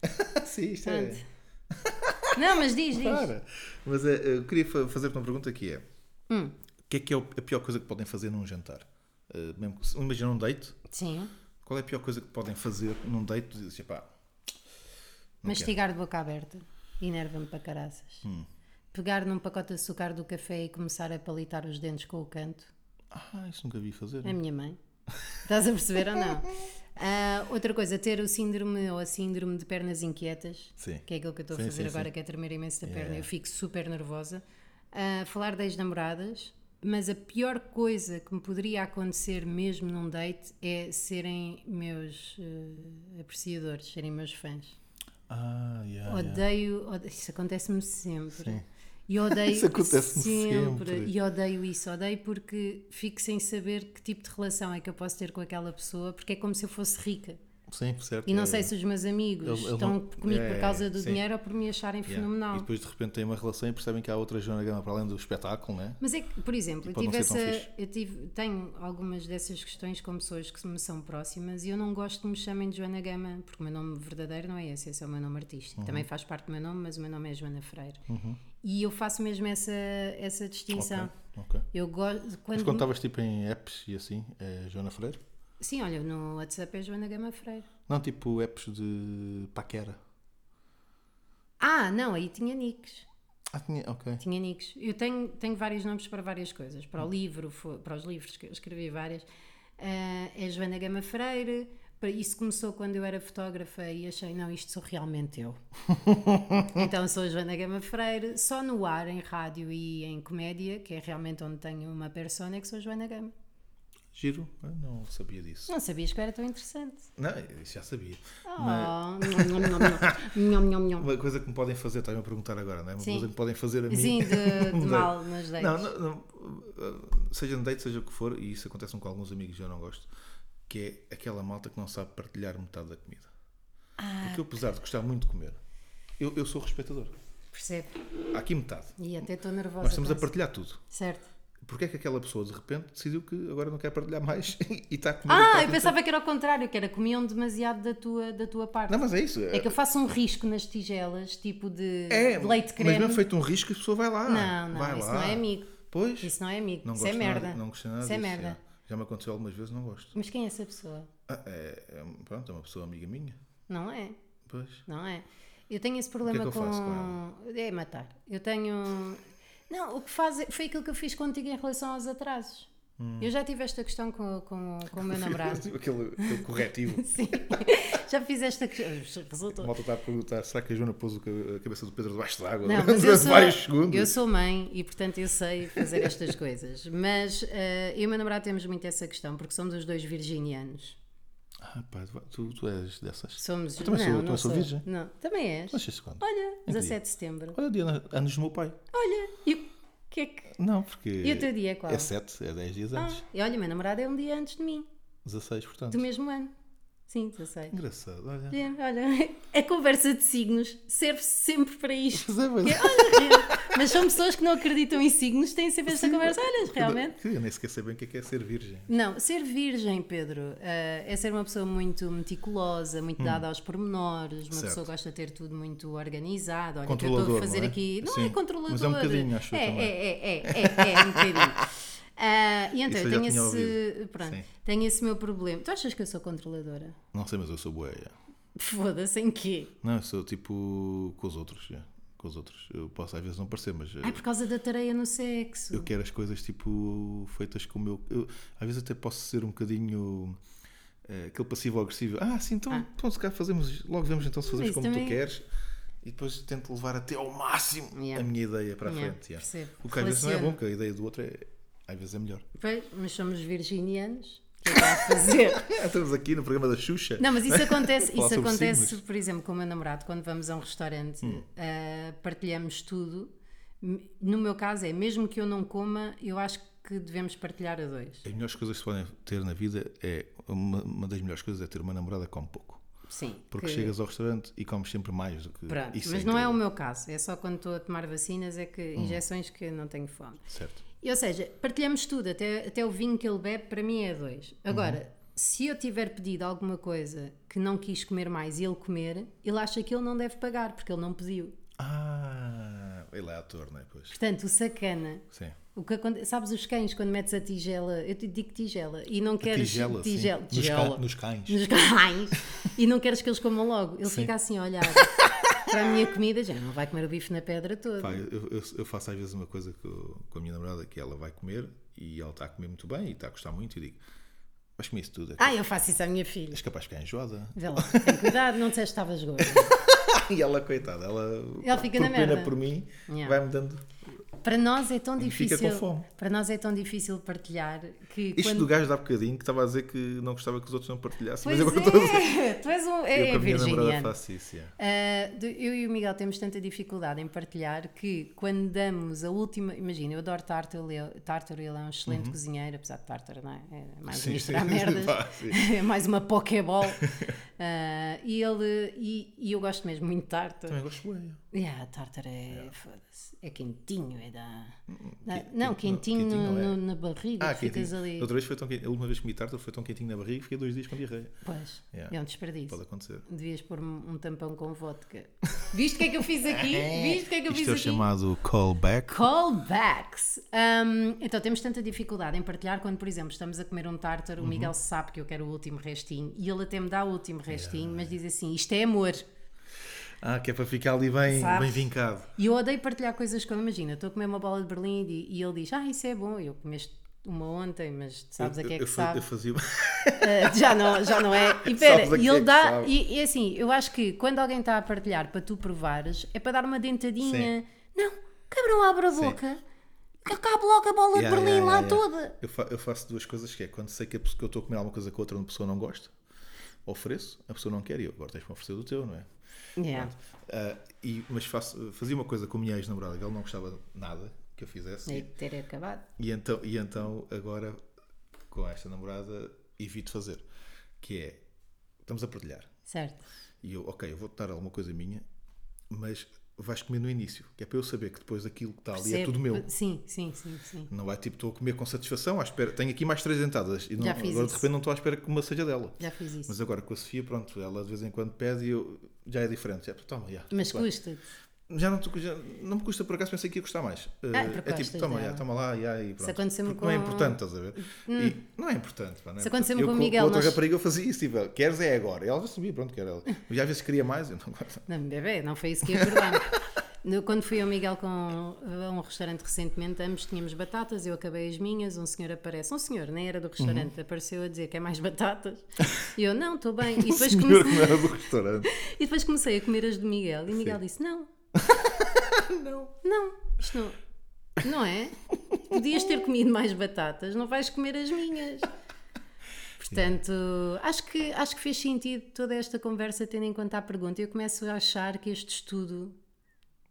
Speaker 3: sim, isto é.
Speaker 2: Pronto. Não, mas diz, diz.
Speaker 3: Para. Mas eh, eu queria fa- fazer-te uma pergunta que é:
Speaker 2: Hum.
Speaker 3: o que é que é o- a pior coisa que podem fazer num jantar? Eh, mesmo que- imagina um date,
Speaker 2: Sim.
Speaker 3: qual é a pior coisa que podem fazer num date? Dizes, pá,
Speaker 2: Mastigar de boca aberta. Inerva-me para caraças.
Speaker 3: Hum.
Speaker 2: Pegar num pacote de açúcar do café e começar a palitar os dentes com o canto.
Speaker 3: ah, isso nunca vi fazer.
Speaker 2: A minha mãe. Estás a perceber ou não? Ah, outra coisa, ter o síndrome ou a síndrome de pernas inquietas,
Speaker 3: Sim.
Speaker 2: que é aquilo que eu estou a
Speaker 3: Sim,
Speaker 2: fazer
Speaker 3: sim,
Speaker 2: agora,
Speaker 3: sim.
Speaker 2: que é tremer imenso da perna. Eu fico super nervosa. Ah, falar das namoradas, mas a pior coisa que me poderia acontecer mesmo num date é serem meus eh, apreciadores, serem meus fãs.
Speaker 3: Ah, yeah, yeah.
Speaker 2: Odeio, ode- isso acontece-me sempre. E odeio
Speaker 3: Isso acontece-me sempre.
Speaker 2: E odeio isso, odeio porque fico sem saber que tipo de relação é que eu posso ter com aquela pessoa, porque é como se eu fosse rica.
Speaker 3: Sim, certo.
Speaker 2: E não
Speaker 3: é,
Speaker 2: sei se os meus amigos
Speaker 3: Ele- ele
Speaker 2: estão
Speaker 3: não-
Speaker 2: comigo
Speaker 3: é,
Speaker 2: por causa do
Speaker 3: sim.
Speaker 2: dinheiro ou por me acharem
Speaker 3: yeah.
Speaker 2: é fenomenal.
Speaker 3: E depois de repente têm uma relação e percebem que há outra Joana Gama para além do espetáculo, né?
Speaker 2: Mas é que, por exemplo,
Speaker 3: E
Speaker 2: eu,
Speaker 3: pode não
Speaker 2: tive
Speaker 3: ser tão
Speaker 2: essa-
Speaker 3: fixe.
Speaker 2: eu tive- tenho algumas dessas questões com pessoas que me são próximas e eu não gosto que me chamem de Joana Gama, porque o meu nome verdadeiro não é esse, esse é o meu nome artístico.
Speaker 3: Uhum.
Speaker 2: Também faz parte do meu nome, mas o meu nome é Joana Freire. E eu faço mesmo essa, essa distinção.
Speaker 3: Ok.
Speaker 2: Eu gosto.
Speaker 3: Mas
Speaker 2: Quando,
Speaker 3: quando estavas tipo em apps e assim, eh, Joana Freire?
Speaker 2: Sim, olha, no WhatsApp é Joana Gama Freire.
Speaker 3: Não, tipo apps de paquera.
Speaker 2: Ah, não, aí tinha nicks.
Speaker 3: Ah, tinha, ok.
Speaker 2: Tinha nicks. Eu tenho, tenho vários nomes para várias coisas.
Speaker 3: Hum.
Speaker 2: Para o livro, fo- para os livros que eu escrevi várias. Ah, é Joana Gama Freire. Para- Isso começou quando eu era fotógrafa e achei, não, isto sou realmente eu. então sou a Joana Gama Freire. Só no ar, em rádio e em comédia, que é realmente onde tenho uma persona, é que sou a Joana Gama.
Speaker 3: Giro? Eu não sabia disso.
Speaker 2: Não sabias que eu era tão interessante.
Speaker 3: Não, isso já sabia.
Speaker 2: Oh,
Speaker 3: é?
Speaker 2: nhom, nhom, nhom, nhom, nhom, nhom.
Speaker 3: Uma coisa que me podem fazer, estás-me a perguntar agora, não é? Uma
Speaker 2: Sim.
Speaker 3: coisa que podem fazer a mim.
Speaker 2: Sim, de, de
Speaker 3: Não,
Speaker 2: mal nos dentes.
Speaker 3: Não, não, não, uh, seja no date, seja o que for, e isso acontece com alguns amigos, eu não gosto, que é aquela malta que não sabe partilhar metade da comida.
Speaker 2: Ah,
Speaker 3: Porque eu, apesar de gostar muito de comer, eu, eu sou respeitador.
Speaker 2: Percebo.
Speaker 3: Há aqui metade.
Speaker 2: E até estou nervosa.
Speaker 3: Nós estamos
Speaker 2: com
Speaker 3: a partilhar tudo.
Speaker 2: isso. Certo.
Speaker 3: Porquê é que aquela pessoa de repente decidiu que agora não quer partilhar mais e está a comer?
Speaker 2: Ah,
Speaker 3: metade
Speaker 2: eu
Speaker 3: do
Speaker 2: pensava que era ao contrário, que era comiam demasiado da tua, da tua parte.
Speaker 3: Não, mas é isso.
Speaker 2: É que eu faço um risco nas tigelas, tipo de,
Speaker 3: É,
Speaker 2: de leite
Speaker 3: Mas
Speaker 2: creme.
Speaker 3: mesmo feito um risco, a pessoa vai lá.
Speaker 2: Não, não,
Speaker 3: vai
Speaker 2: isso
Speaker 3: lá.
Speaker 2: não é amigo.
Speaker 3: Pois.
Speaker 2: Isso não é amigo.
Speaker 3: Não
Speaker 2: Isso é
Speaker 3: gosto
Speaker 2: merda.
Speaker 3: Nada, não gosto nada
Speaker 2: Isso é
Speaker 3: disso,
Speaker 2: merda.
Speaker 3: já. Já me aconteceu algumas vezes, não gosto.
Speaker 2: Mas quem é essa pessoa?
Speaker 3: Ah, é, é- pronto, é uma pessoa amiga minha.
Speaker 2: Não é?
Speaker 3: Pois.
Speaker 2: Não é? Eu tenho esse problema
Speaker 3: que eu
Speaker 2: com...
Speaker 3: faço
Speaker 2: É matar. Eu tenho. Não, o que faz é- foi aquilo que eu fiz contigo em relação aos atrasos.
Speaker 3: Hum.
Speaker 2: Eu já tive esta questão com, com, com o meu namorado.
Speaker 3: Tipo aquele, aquele corretivo.
Speaker 2: Sim. Já fiz esta questão.
Speaker 3: A
Speaker 2: Resultou.
Speaker 3: malta está a perguntar: será que a Joana pôs o ca- a cabeça do Pedro debaixo d'água
Speaker 2: Não, mas
Speaker 3: durante
Speaker 2: eu sou,
Speaker 3: vários segundos?
Speaker 2: eu sou mãe e, portanto, eu sei fazer estas coisas. Mas eh, eu e o meu namorado temos muito essa questão, porque somos os dois virginianos.
Speaker 3: Ah, pá, tu, tu és dessas.
Speaker 2: Somos.
Speaker 3: Eu também
Speaker 2: não,
Speaker 3: sou- eu
Speaker 2: não
Speaker 3: também sou virgem.
Speaker 2: Não, também és.
Speaker 3: Mas isso quando?
Speaker 2: Olha,
Speaker 3: Em que dia?
Speaker 2: 17 de setembro.
Speaker 3: Olha, Diana, anos do meu pai.
Speaker 2: Olha, e o que é que.
Speaker 3: Não, porque.
Speaker 2: E o teu dia é qual?
Speaker 3: É 7, é 10 dias
Speaker 2: Ah,
Speaker 3: antes.
Speaker 2: e olha, o meu namorado é um dia antes de mim,
Speaker 3: 16, portanto.
Speaker 2: do mesmo ano. Sim, 16.
Speaker 3: Engraçado, olha.
Speaker 2: É, Olha, a conversa de signos serve sempre para isto.
Speaker 3: Pois é, pois é.
Speaker 2: Olha, Mas são pessoas que não acreditam em signos, têm sempre essa conversa. Olha, realmente.
Speaker 3: Que eu nem sequer sei bem o que é, que é ser virgem.
Speaker 2: Não, ser virgem, Pedro, eh, é ser uma pessoa muito meticulosa, muito dada aos pormenores, uma
Speaker 3: Hum. Certo.
Speaker 2: pessoa que gosta de ter tudo muito organizado. Olha, o que eu estou a
Speaker 3: Controlador,
Speaker 2: fazer
Speaker 3: não é?
Speaker 2: aqui. Não é
Speaker 3: Sim,
Speaker 2: controlador.
Speaker 3: mas é um bocadinho, acho eu
Speaker 2: é,
Speaker 3: também.
Speaker 2: é, é, é, é, é, um bocadinho. Ah, e então,
Speaker 3: Isso
Speaker 2: eu
Speaker 3: eu já
Speaker 2: tenho
Speaker 3: tinha
Speaker 2: esse,
Speaker 3: ouvido.
Speaker 2: pronto,
Speaker 3: Sim.
Speaker 2: tenho esse meu problema. Tu achas que eu sou controladora?
Speaker 3: Não sei, mas eu sou é. boia.
Speaker 2: Foda-se, em quê?
Speaker 3: Não, eu sou tipo com os outros. é, Com os outros. Eu posso às vezes não parecer, mas. é,
Speaker 2: Ai, por causa da tareia no sexo.
Speaker 3: Eu quero as coisas tipo feitas com o meu. eu, às vezes até posso ser um bocadinho eh, aquele passivo agressivo. Ah, sim, então, então se calhar fazemos, logo vemos então se fazemos
Speaker 2: isso
Speaker 3: como
Speaker 2: também-
Speaker 3: tu queres e depois tento levar até ao máximo
Speaker 2: Yeah.
Speaker 3: a minha ideia para a
Speaker 2: Yeah,
Speaker 3: frente. yeah.
Speaker 2: é? percebo.
Speaker 3: O que às vezes não é
Speaker 2: Relaciono.
Speaker 3: bom, porque a ideia do outro é às vezes é melhor.
Speaker 2: Pois, mas somos virginianos. O que é que há a fazer?
Speaker 3: Ah, estamos aqui no programa da Xuxa.
Speaker 2: Não, mas isso acontece,
Speaker 3: Falar
Speaker 2: isso
Speaker 3: sobre
Speaker 2: acontece
Speaker 3: signos. Hum.
Speaker 2: por exemplo, com o meu namorado, quando vamos a um restaurante, ah, partilhamos tudo. M- No meu caso é, mesmo que eu não coma, eu acho que devemos partilhar a dois.
Speaker 3: As melhores coisas que se podem ter na vida é uma, uma das melhores coisas é ter uma namorada que come pouco.
Speaker 2: Sim.
Speaker 3: Porque
Speaker 2: que-
Speaker 3: chegas ao restaurante e comes sempre mais do que
Speaker 2: Pronto,
Speaker 3: isso.
Speaker 2: mas não é o
Speaker 3: incrível. Hum.
Speaker 2: meu caso, é só quando estou a tomar vacinas, é que injeções que eu não tenho fome.
Speaker 3: Certo.
Speaker 2: E, ou seja, partilhamos tudo, até, até o vinho que ele bebe, para mim é dois. Agora,
Speaker 3: Uhum.
Speaker 2: se eu tiver pedido alguma coisa que não quis comer mais e ele comer, ele acha que ele não deve pagar, porque ele não pediu.
Speaker 3: Ah, ele é ator, não é? Pois.
Speaker 2: Portanto, o sacana
Speaker 3: Sim.
Speaker 2: O que aconte- Sabes os cães quando metes a tigela? Eu te digo tigela e não queres.
Speaker 3: tigela, sim.
Speaker 2: tigela,
Speaker 3: Nos
Speaker 2: tigela.
Speaker 3: ca- nos cães.
Speaker 2: Nos cães. e não queres que eles comam logo. Ele
Speaker 3: Sim.
Speaker 2: fica assim a olhar para a minha comida, já não vai comer o bife na pedra toda.
Speaker 3: Pá, eu, eu- eu faço às vezes uma coisa co- com a minha namorada que ela vai comer e ela está a comer muito bem e está a gostar muito e digo: vais comer isso tudo. É
Speaker 2: Ah, eu faço isso à minha filha.
Speaker 3: És capaz de ficar enjoada.
Speaker 2: Vê lá, tem cuidado, não disseste que estavas gorda.
Speaker 3: E ela, coitada, ela,
Speaker 2: Ela fica
Speaker 3: por
Speaker 2: na
Speaker 3: pena
Speaker 2: merda.
Speaker 3: por mim,
Speaker 2: Yeah.
Speaker 3: vai-me dando.
Speaker 2: Para nós é tão
Speaker 3: Fica
Speaker 2: difícil.
Speaker 3: com fome.
Speaker 2: Para nós é tão difícil partilhar que
Speaker 3: Isto
Speaker 2: quando.
Speaker 3: do gajo dá bocadinho que estava a dizer que não gostava que os outros não partilhassem,
Speaker 2: Pois
Speaker 3: mas agora estou a dizer.
Speaker 2: é, tu és um.
Speaker 3: Eu
Speaker 2: É,
Speaker 3: com
Speaker 2: é
Speaker 3: a minha namorada
Speaker 2: virginiano.
Speaker 3: faço isso. yeah.
Speaker 2: Uh, de- eu e o Miguel temos tanta dificuldade em partilhar que quando damos a última. Imagina, eu adoro Tártaro, ele é- Tártaro ele é um excelente cozinheiro, apesar de Tártaro, não é? É mais
Speaker 3: Uhum. Sim,
Speaker 2: um misturar
Speaker 3: sim.
Speaker 2: merdas.
Speaker 3: Vá, sim.
Speaker 2: é mais uma Pokéball. Uh, e, ele, e, e eu gosto mesmo muito de Tártaro.
Speaker 3: Também gosto de boia.
Speaker 2: Yeah, Tártaro é. foda-se, É quentinho, é da. da-
Speaker 3: Hum, que-
Speaker 2: não,
Speaker 3: quentinho não-
Speaker 2: quentinho,
Speaker 3: quentinho não é.
Speaker 2: no- na barriga,
Speaker 3: Ah,
Speaker 2: que ficas
Speaker 3: quentinho.
Speaker 2: ali.
Speaker 3: Outra vez foi tão quentinho. A última vez que comi tartar foi tão quentinho na barriga que fiquei dois dias com diarreia.
Speaker 2: Pois,
Speaker 3: Yeah.
Speaker 2: é um desperdício.
Speaker 3: Pode acontecer.
Speaker 2: Devias pôr-me um tampão com vodka. Viste o que é que eu fiz aqui? Viste o que é que eu
Speaker 3: Isto
Speaker 2: fiz
Speaker 3: é o
Speaker 2: aqui?
Speaker 3: chamado callback.
Speaker 2: Callbacks. Um, então temos tanta dificuldade em partilhar quando, por exemplo, estamos a comer um tártaro,
Speaker 3: Uhum.
Speaker 2: o Miguel sabe que eu quero o último restinho e ele até me dá o último restinho, mas diz assim: isto é amor.
Speaker 3: Ah, que é para ficar ali bem,
Speaker 2: Sabes?
Speaker 3: bem vincado.
Speaker 2: E eu odeio partilhar coisas quando, imagina, estou a comer uma bola de Berlim e, di- e ele diz: ah, isso é bom, eu comeste uma ontem, mas tu sabes a que é
Speaker 3: Eu-
Speaker 2: que
Speaker 3: eu, fa-
Speaker 2: sabe.
Speaker 3: Eu fazia.
Speaker 2: Ah, já, não, já não é. E pera,
Speaker 3: a
Speaker 2: e
Speaker 3: que
Speaker 2: ele
Speaker 3: é que
Speaker 2: dá.
Speaker 3: sabe.
Speaker 2: E, e assim, eu acho que quando alguém está a partilhar para tu provares, é para dar uma dentadinha. Não, cabrão, abre a boca. que Cabe logo a bola
Speaker 3: Yeah,
Speaker 2: de Berlim
Speaker 3: yeah,
Speaker 2: lá
Speaker 3: yeah, yeah.
Speaker 2: toda.
Speaker 3: Eu, fa- eu faço duas coisas que é quando sei que, a pessoa- que eu estou a comer alguma coisa que outra pessoa não gosta, ofereço, a pessoa não quer e eu agora tens para oferecer do teu, não é?
Speaker 2: Yeah.
Speaker 3: Ah, e, mas faço- fazia uma coisa com a minha ex-namorada que ela não gostava nada que eu fizesse
Speaker 2: E ter acabado.
Speaker 3: e, e então, e então agora com esta namorada evito fazer, que é estamos a partilhar.
Speaker 2: Certo.
Speaker 3: E eu, ok, eu vou-te dar alguma coisa minha, mas vais comer no início, que é para eu saber que depois aquilo que está ali é
Speaker 2: Percebo.
Speaker 3: tudo meu.
Speaker 2: Sim, sim, sim, sim.
Speaker 3: Não é tipo, estou a comer com satisfação, à espera, tenho aqui mais três dentadas e não,
Speaker 2: Já fiz
Speaker 3: agora de
Speaker 2: isso.
Speaker 3: repente não estou à espera que uma seja dela.
Speaker 2: Já fiz isso.
Speaker 3: Mas agora com a Sofia, pronto, ela de vez em quando pede e eu já é diferente. Já, toma, já.
Speaker 2: Mas
Speaker 3: Bem,
Speaker 2: custa-te.
Speaker 3: já não, te- já não me custa por acaso, pensei que ia custar mais. Uh,
Speaker 2: Ah, porque
Speaker 3: é tipo,
Speaker 2: gostas
Speaker 3: toma,
Speaker 2: dela.
Speaker 3: já, toma lá, já, e pronto.
Speaker 2: aconteceu-me
Speaker 3: Porque não é
Speaker 2: com- Hum.
Speaker 3: importante, estás a ver? E não é importante. pá, não é
Speaker 2: Se
Speaker 3: importante.
Speaker 2: aconteceu-me
Speaker 3: Eu
Speaker 2: com o Miguel,
Speaker 3: outra
Speaker 2: nós-
Speaker 3: rapariga eu fazia isso, tipo, queres é agora. E ela já sabia, pronto, quer ela. E às vezes queria mais, eu não gosto.
Speaker 2: Não, bebê, não foi isso que acordámos. No- Quando fui ao Miguel com, a um restaurante recentemente, ambos tínhamos batatas, eu acabei as minhas, um senhor aparece, um senhor, nem era do
Speaker 3: Uhum.
Speaker 2: restaurante, apareceu a dizer que é mais batatas, e eu, não, estou bem, e depois,
Speaker 3: Um Senhor
Speaker 2: comecei,
Speaker 3: que não era do restaurante.
Speaker 2: e depois comecei a comer as do Miguel, e o Miguel disse, não, não, isto não, não é, podias ter comido mais batatas, não vais comer as minhas. Portanto, acho que, acho que fez sentido toda esta conversa, tendo em conta a pergunta. Eu começo a achar que este estudo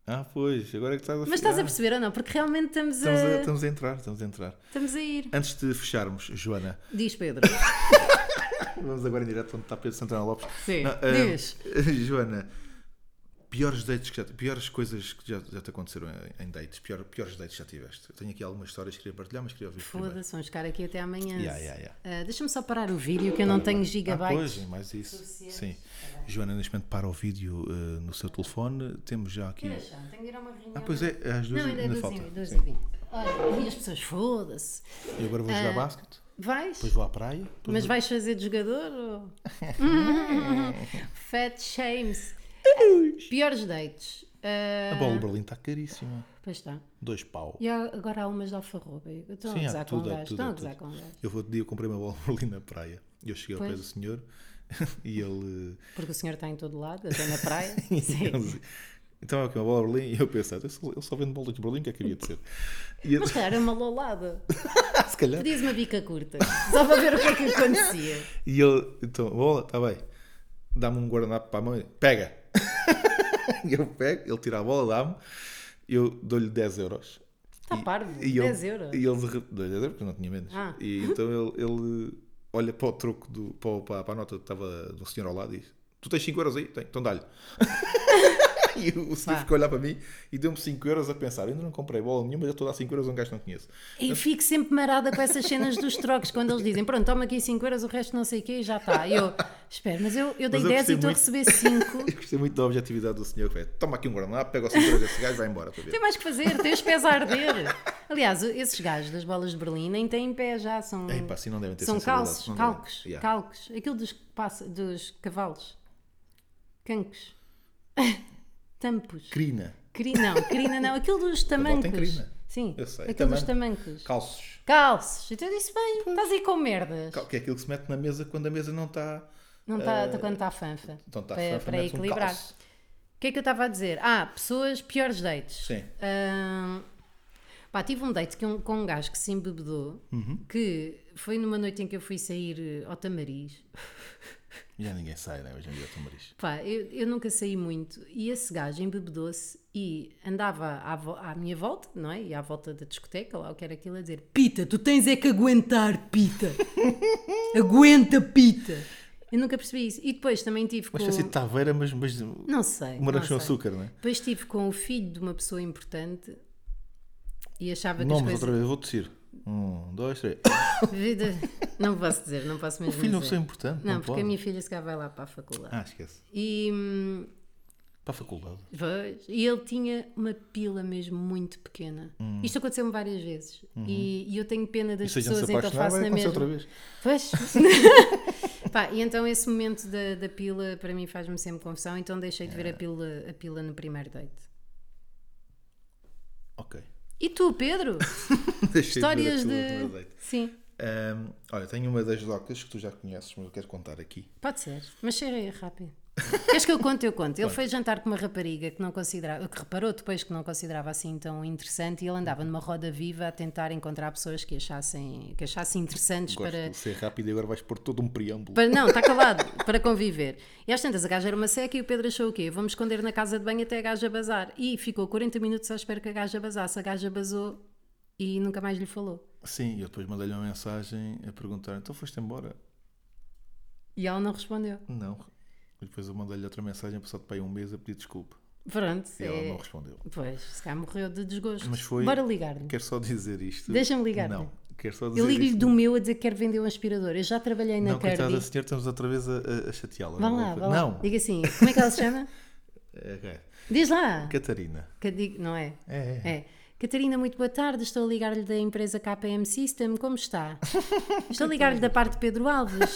Speaker 3: Ah, pois, agora é que estás a
Speaker 2: Mas estás a
Speaker 3: Ah,
Speaker 2: perceber ou não? Porque realmente estamos,
Speaker 3: Estamos
Speaker 2: a,
Speaker 3: a, estamos a entrar, estamos a entrar.
Speaker 2: estamos a ir.
Speaker 3: Antes de fecharmos, Joana,
Speaker 2: Diz Pedro.
Speaker 3: Vamos agora em direto onde está Pedro Santana Lopes.
Speaker 2: Sim,
Speaker 3: Não, ah,
Speaker 2: diz.
Speaker 3: Joana, Piores dates que já, piores coisas que já, já te aconteceram em, em dates, pior, piores dates que já tiveste. Eu tenho aqui algumas histórias que queria partilhar, mas queria ouvir primeiro.
Speaker 2: Foda-se, vamos ficar aqui até amanhã.
Speaker 3: Yeah, yeah, yeah.
Speaker 2: Ah, Deixa-me só parar o vídeo que eu não tenho
Speaker 3: Ah, pois,
Speaker 2: gigabytes.
Speaker 3: é mais isso. Sim. Joana, neste momento, para o vídeo eh, no seu telefone. Temos já aqui.
Speaker 2: Deixa, tenho de ir a uma reunião.
Speaker 3: Ah, pois é, às duas
Speaker 2: Não, ainda é 12
Speaker 3: ainda falta.
Speaker 2: e 12
Speaker 3: Sim.
Speaker 2: e 20. Olha, e as pessoas, foda-se.
Speaker 3: Eu agora vou jogar basquete,
Speaker 2: Vais?
Speaker 3: depois vou à praia. depois
Speaker 2: Ah. Mas
Speaker 3: vou-
Speaker 2: vais fazer de jogador? ou- Fat shames. Piores dates. Ah,
Speaker 3: A bola de Berlim está caríssima.
Speaker 2: pois está.
Speaker 3: Dois pau.
Speaker 2: E há- agora há umas de alfarroba. Eu Estou a
Speaker 3: Sim, há
Speaker 2: gozar com um
Speaker 3: tudo, há
Speaker 2: gajo.
Speaker 3: tudo,
Speaker 2: Estão a
Speaker 3: há
Speaker 2: gozar com
Speaker 3: tudo.
Speaker 2: um gajo.
Speaker 3: Eu vou outro dia eu comprei uma bola de Berlim na praia. E eu cheguei ao pé
Speaker 2: Pois.
Speaker 3: do senhor e ele.
Speaker 2: Porque o senhor está em todo lado, até na praia.
Speaker 3: ele
Speaker 2: Sim.
Speaker 3: dizia, então é aqui uma bola de Berlim. E eu pensei, eu só, eu só vendo bolas de Berlim, o que é que eu ia dizer? E ele,
Speaker 2: Mas cara, uma lolada.
Speaker 3: se calhar.
Speaker 2: Pedias uma bica curta. Só para ver o que é que acontecia.
Speaker 3: E ele, então, bola, está bem. Dá-me um guardanapo para a mão e pega. E eu pego, ele tira a bola, dá-me, eu dou-lhe 10 euros.
Speaker 2: Está
Speaker 3: E-
Speaker 2: Tá parvo.
Speaker 3: e ele-
Speaker 2: 10 euros.
Speaker 3: E ele de re- dou-lhe 10 euros porque eu não tinha menos.
Speaker 2: Ah.
Speaker 3: E então ele, ele olha para o troco, do, para, o- para a- para a nota que estava do senhor ao lado e diz: Tu tens 5 euros aí? Tenho, então dá-lhe. e o senhor
Speaker 2: Pá.
Speaker 3: ficou a olhar para mim e deu-me 5 euros a pensar: Eu ainda não comprei bola nenhuma, já estou a dar 5 euros a um gajo que não conheço.
Speaker 2: E fico sempre marada com essas cenas dos trocos quando eles dizem: Pronto, toma aqui 5 euros, o resto não sei o quê e já está. E Eu, espera, mas eu, eu dei
Speaker 3: Mas eu
Speaker 2: 10 e
Speaker 3: gostei
Speaker 2: estou a
Speaker 3: muito.
Speaker 2: receber 5.
Speaker 3: Eu gostei muito da objetividade do senhor que foi: Toma aqui um guardanapo, pega o 5 euros desse gajo e vai embora. para ver."
Speaker 2: Tem mais que fazer, tem os pés a arder. Aliás, esses gajos das bolas de Berlim nem têm pé já, são,
Speaker 3: Epá, sim, não devem ter
Speaker 2: é? são
Speaker 3: sensibilidade,
Speaker 2: calços,
Speaker 3: não devem.
Speaker 2: calcos,
Speaker 3: Yeah.
Speaker 2: calcos. Aquilo dos, passa- dos cavalos, cancos, tampos,
Speaker 3: Crina.
Speaker 2: crina, não, crina não, aquilo dos
Speaker 3: Cavalo
Speaker 2: tamancos.
Speaker 3: tem crina.
Speaker 2: Sim,
Speaker 3: Eu sei.
Speaker 2: aquilo dos
Speaker 3: Tamanco.
Speaker 2: tamancos.
Speaker 3: Calços.
Speaker 2: Calços. Então eu disse bem, estás aí com merdas.
Speaker 3: Cal- Que é aquilo que se mete na mesa quando a mesa não está.
Speaker 2: Não está, quando está a fanfa.
Speaker 3: Eh, Então está
Speaker 2: para,
Speaker 3: fofa,
Speaker 2: para
Speaker 3: mete um
Speaker 2: equilibrar.
Speaker 3: calço.
Speaker 2: O que é que eu estava a dizer? Ah, pessoas, piores dates.
Speaker 3: Sim.
Speaker 2: Ahn, pá, tive um date que um- com um gajo que se embebedou,
Speaker 3: Uhum.
Speaker 2: que foi numa noite em que eu fui sair eh, ao Tamariz.
Speaker 3: Já ninguém sai, né? Hoje em dia, Tamariz.
Speaker 2: Pá, eu, eu nunca saí muito. E esse gajo embebedou-se e andava à, vo- à minha volta, não é? E à volta da discoteca, lá o que era aquilo, a dizer: Pita, tu tens é que aguentar, Pita. Aguenta, Pita. Eu nunca percebi isso. E depois também tive
Speaker 3: Uma
Speaker 2: com.
Speaker 3: espécie de taveira, mas. mas
Speaker 2: Não sei. não
Speaker 3: Morangos com
Speaker 2: sei.
Speaker 3: açúcar, né?
Speaker 2: Depois estive com o filho de uma pessoa importante e achava que
Speaker 3: Nomes
Speaker 2: as
Speaker 3: outra
Speaker 2: coisas.
Speaker 3: vez, vou descer. Um, dois, três.
Speaker 2: Vida... Não posso dizer, não posso
Speaker 3: O
Speaker 2: mesmo
Speaker 3: filho não
Speaker 2: dizer.
Speaker 3: é importante.
Speaker 2: Não,
Speaker 3: Não,
Speaker 2: porque
Speaker 3: pode.
Speaker 2: a minha filha se calhar vai lá para a faculdade.
Speaker 3: Ah, esquece.
Speaker 2: E, hum,
Speaker 3: Para a faculdade.
Speaker 2: pois, e ele tinha uma pila mesmo muito pequena. Isto aconteceu-me várias vezes. E, e eu tenho pena das
Speaker 3: Ou seja, não
Speaker 2: pessoas,
Speaker 3: Hum. Uhum. se
Speaker 2: então
Speaker 3: apaixonar,
Speaker 2: faço
Speaker 3: vai
Speaker 2: na
Speaker 3: acontecer
Speaker 2: mesma.
Speaker 3: outra vez.
Speaker 2: Pois. Pá, e então esse momento da, da pila para mim faz-me sempre confusão, então deixei
Speaker 3: É.
Speaker 2: de ver a pila, a pila no primeiro date.
Speaker 3: Ok.
Speaker 2: E tu, Pedro?
Speaker 3: Deixei ver
Speaker 2: Histórias
Speaker 3: aquilo no
Speaker 2: de.
Speaker 3: meu leite.
Speaker 2: Sim,
Speaker 3: Ahm, olha, tenho uma das docas que tu já conheces, mas eu quero contar aqui.
Speaker 2: pode ser. Mas cheira rápido. Queres que eu conte? Eu conto. Ele foi jantar com uma rapariga que não considerava, que reparou depois que não considerava assim tão interessante e ele
Speaker 3: Uhum.
Speaker 2: andava numa roda viva a tentar encontrar pessoas que achassem, que achassem interessantes
Speaker 3: Gosto
Speaker 2: para.
Speaker 3: de ser rápido e agora vais pôr todo um preâmbulo.
Speaker 2: para- não, está calado, para conviver. E às tantas, a gaja era uma seca e o Pedro achou o quê? Vamos esconder na casa de banho até a gaja bazar. E ficou 40 minutos à espera que a gaja bazasse. A gaja bazou e nunca mais lhe falou.
Speaker 3: Sim, e eu depois mandei-lhe uma mensagem a perguntar: então foste embora?
Speaker 2: E ela não respondeu.
Speaker 3: Não. E depois eu mandei-lhe outra mensagem, passado para aí um mês, a pedir desculpa.
Speaker 2: Pronto.
Speaker 3: E ela
Speaker 2: é-
Speaker 3: não respondeu.
Speaker 2: Pois, se calhar morreu de desgosto.
Speaker 3: Mas foi.
Speaker 2: Bora ligar-lhe.
Speaker 3: Quero só dizer isto.
Speaker 2: Deixa-me ligar-lhe.
Speaker 3: Não. Quero só dizer
Speaker 2: Eu ligo-lhe
Speaker 3: isto.
Speaker 2: do meu a dizer que quero vender um aspirador. Eu já trabalhei na
Speaker 3: Não, coitada da
Speaker 2: Cardi.
Speaker 3: senhora, estamos outra vez a, a- a chateá-la.
Speaker 2: Vá
Speaker 3: não
Speaker 2: lá,
Speaker 3: é?
Speaker 2: vá lá.
Speaker 3: Não. É,
Speaker 2: Diga assim, como é que ela se chama?
Speaker 3: Ok.
Speaker 2: Diz lá.
Speaker 3: Catarina.
Speaker 2: Que digo- não é?
Speaker 3: É, é, é.
Speaker 2: Catarina, muito boa tarde. Estou a ligar-lhe da empresa KPM System. Como está? Estou a ligar-lhe da parte de Pedro Alves.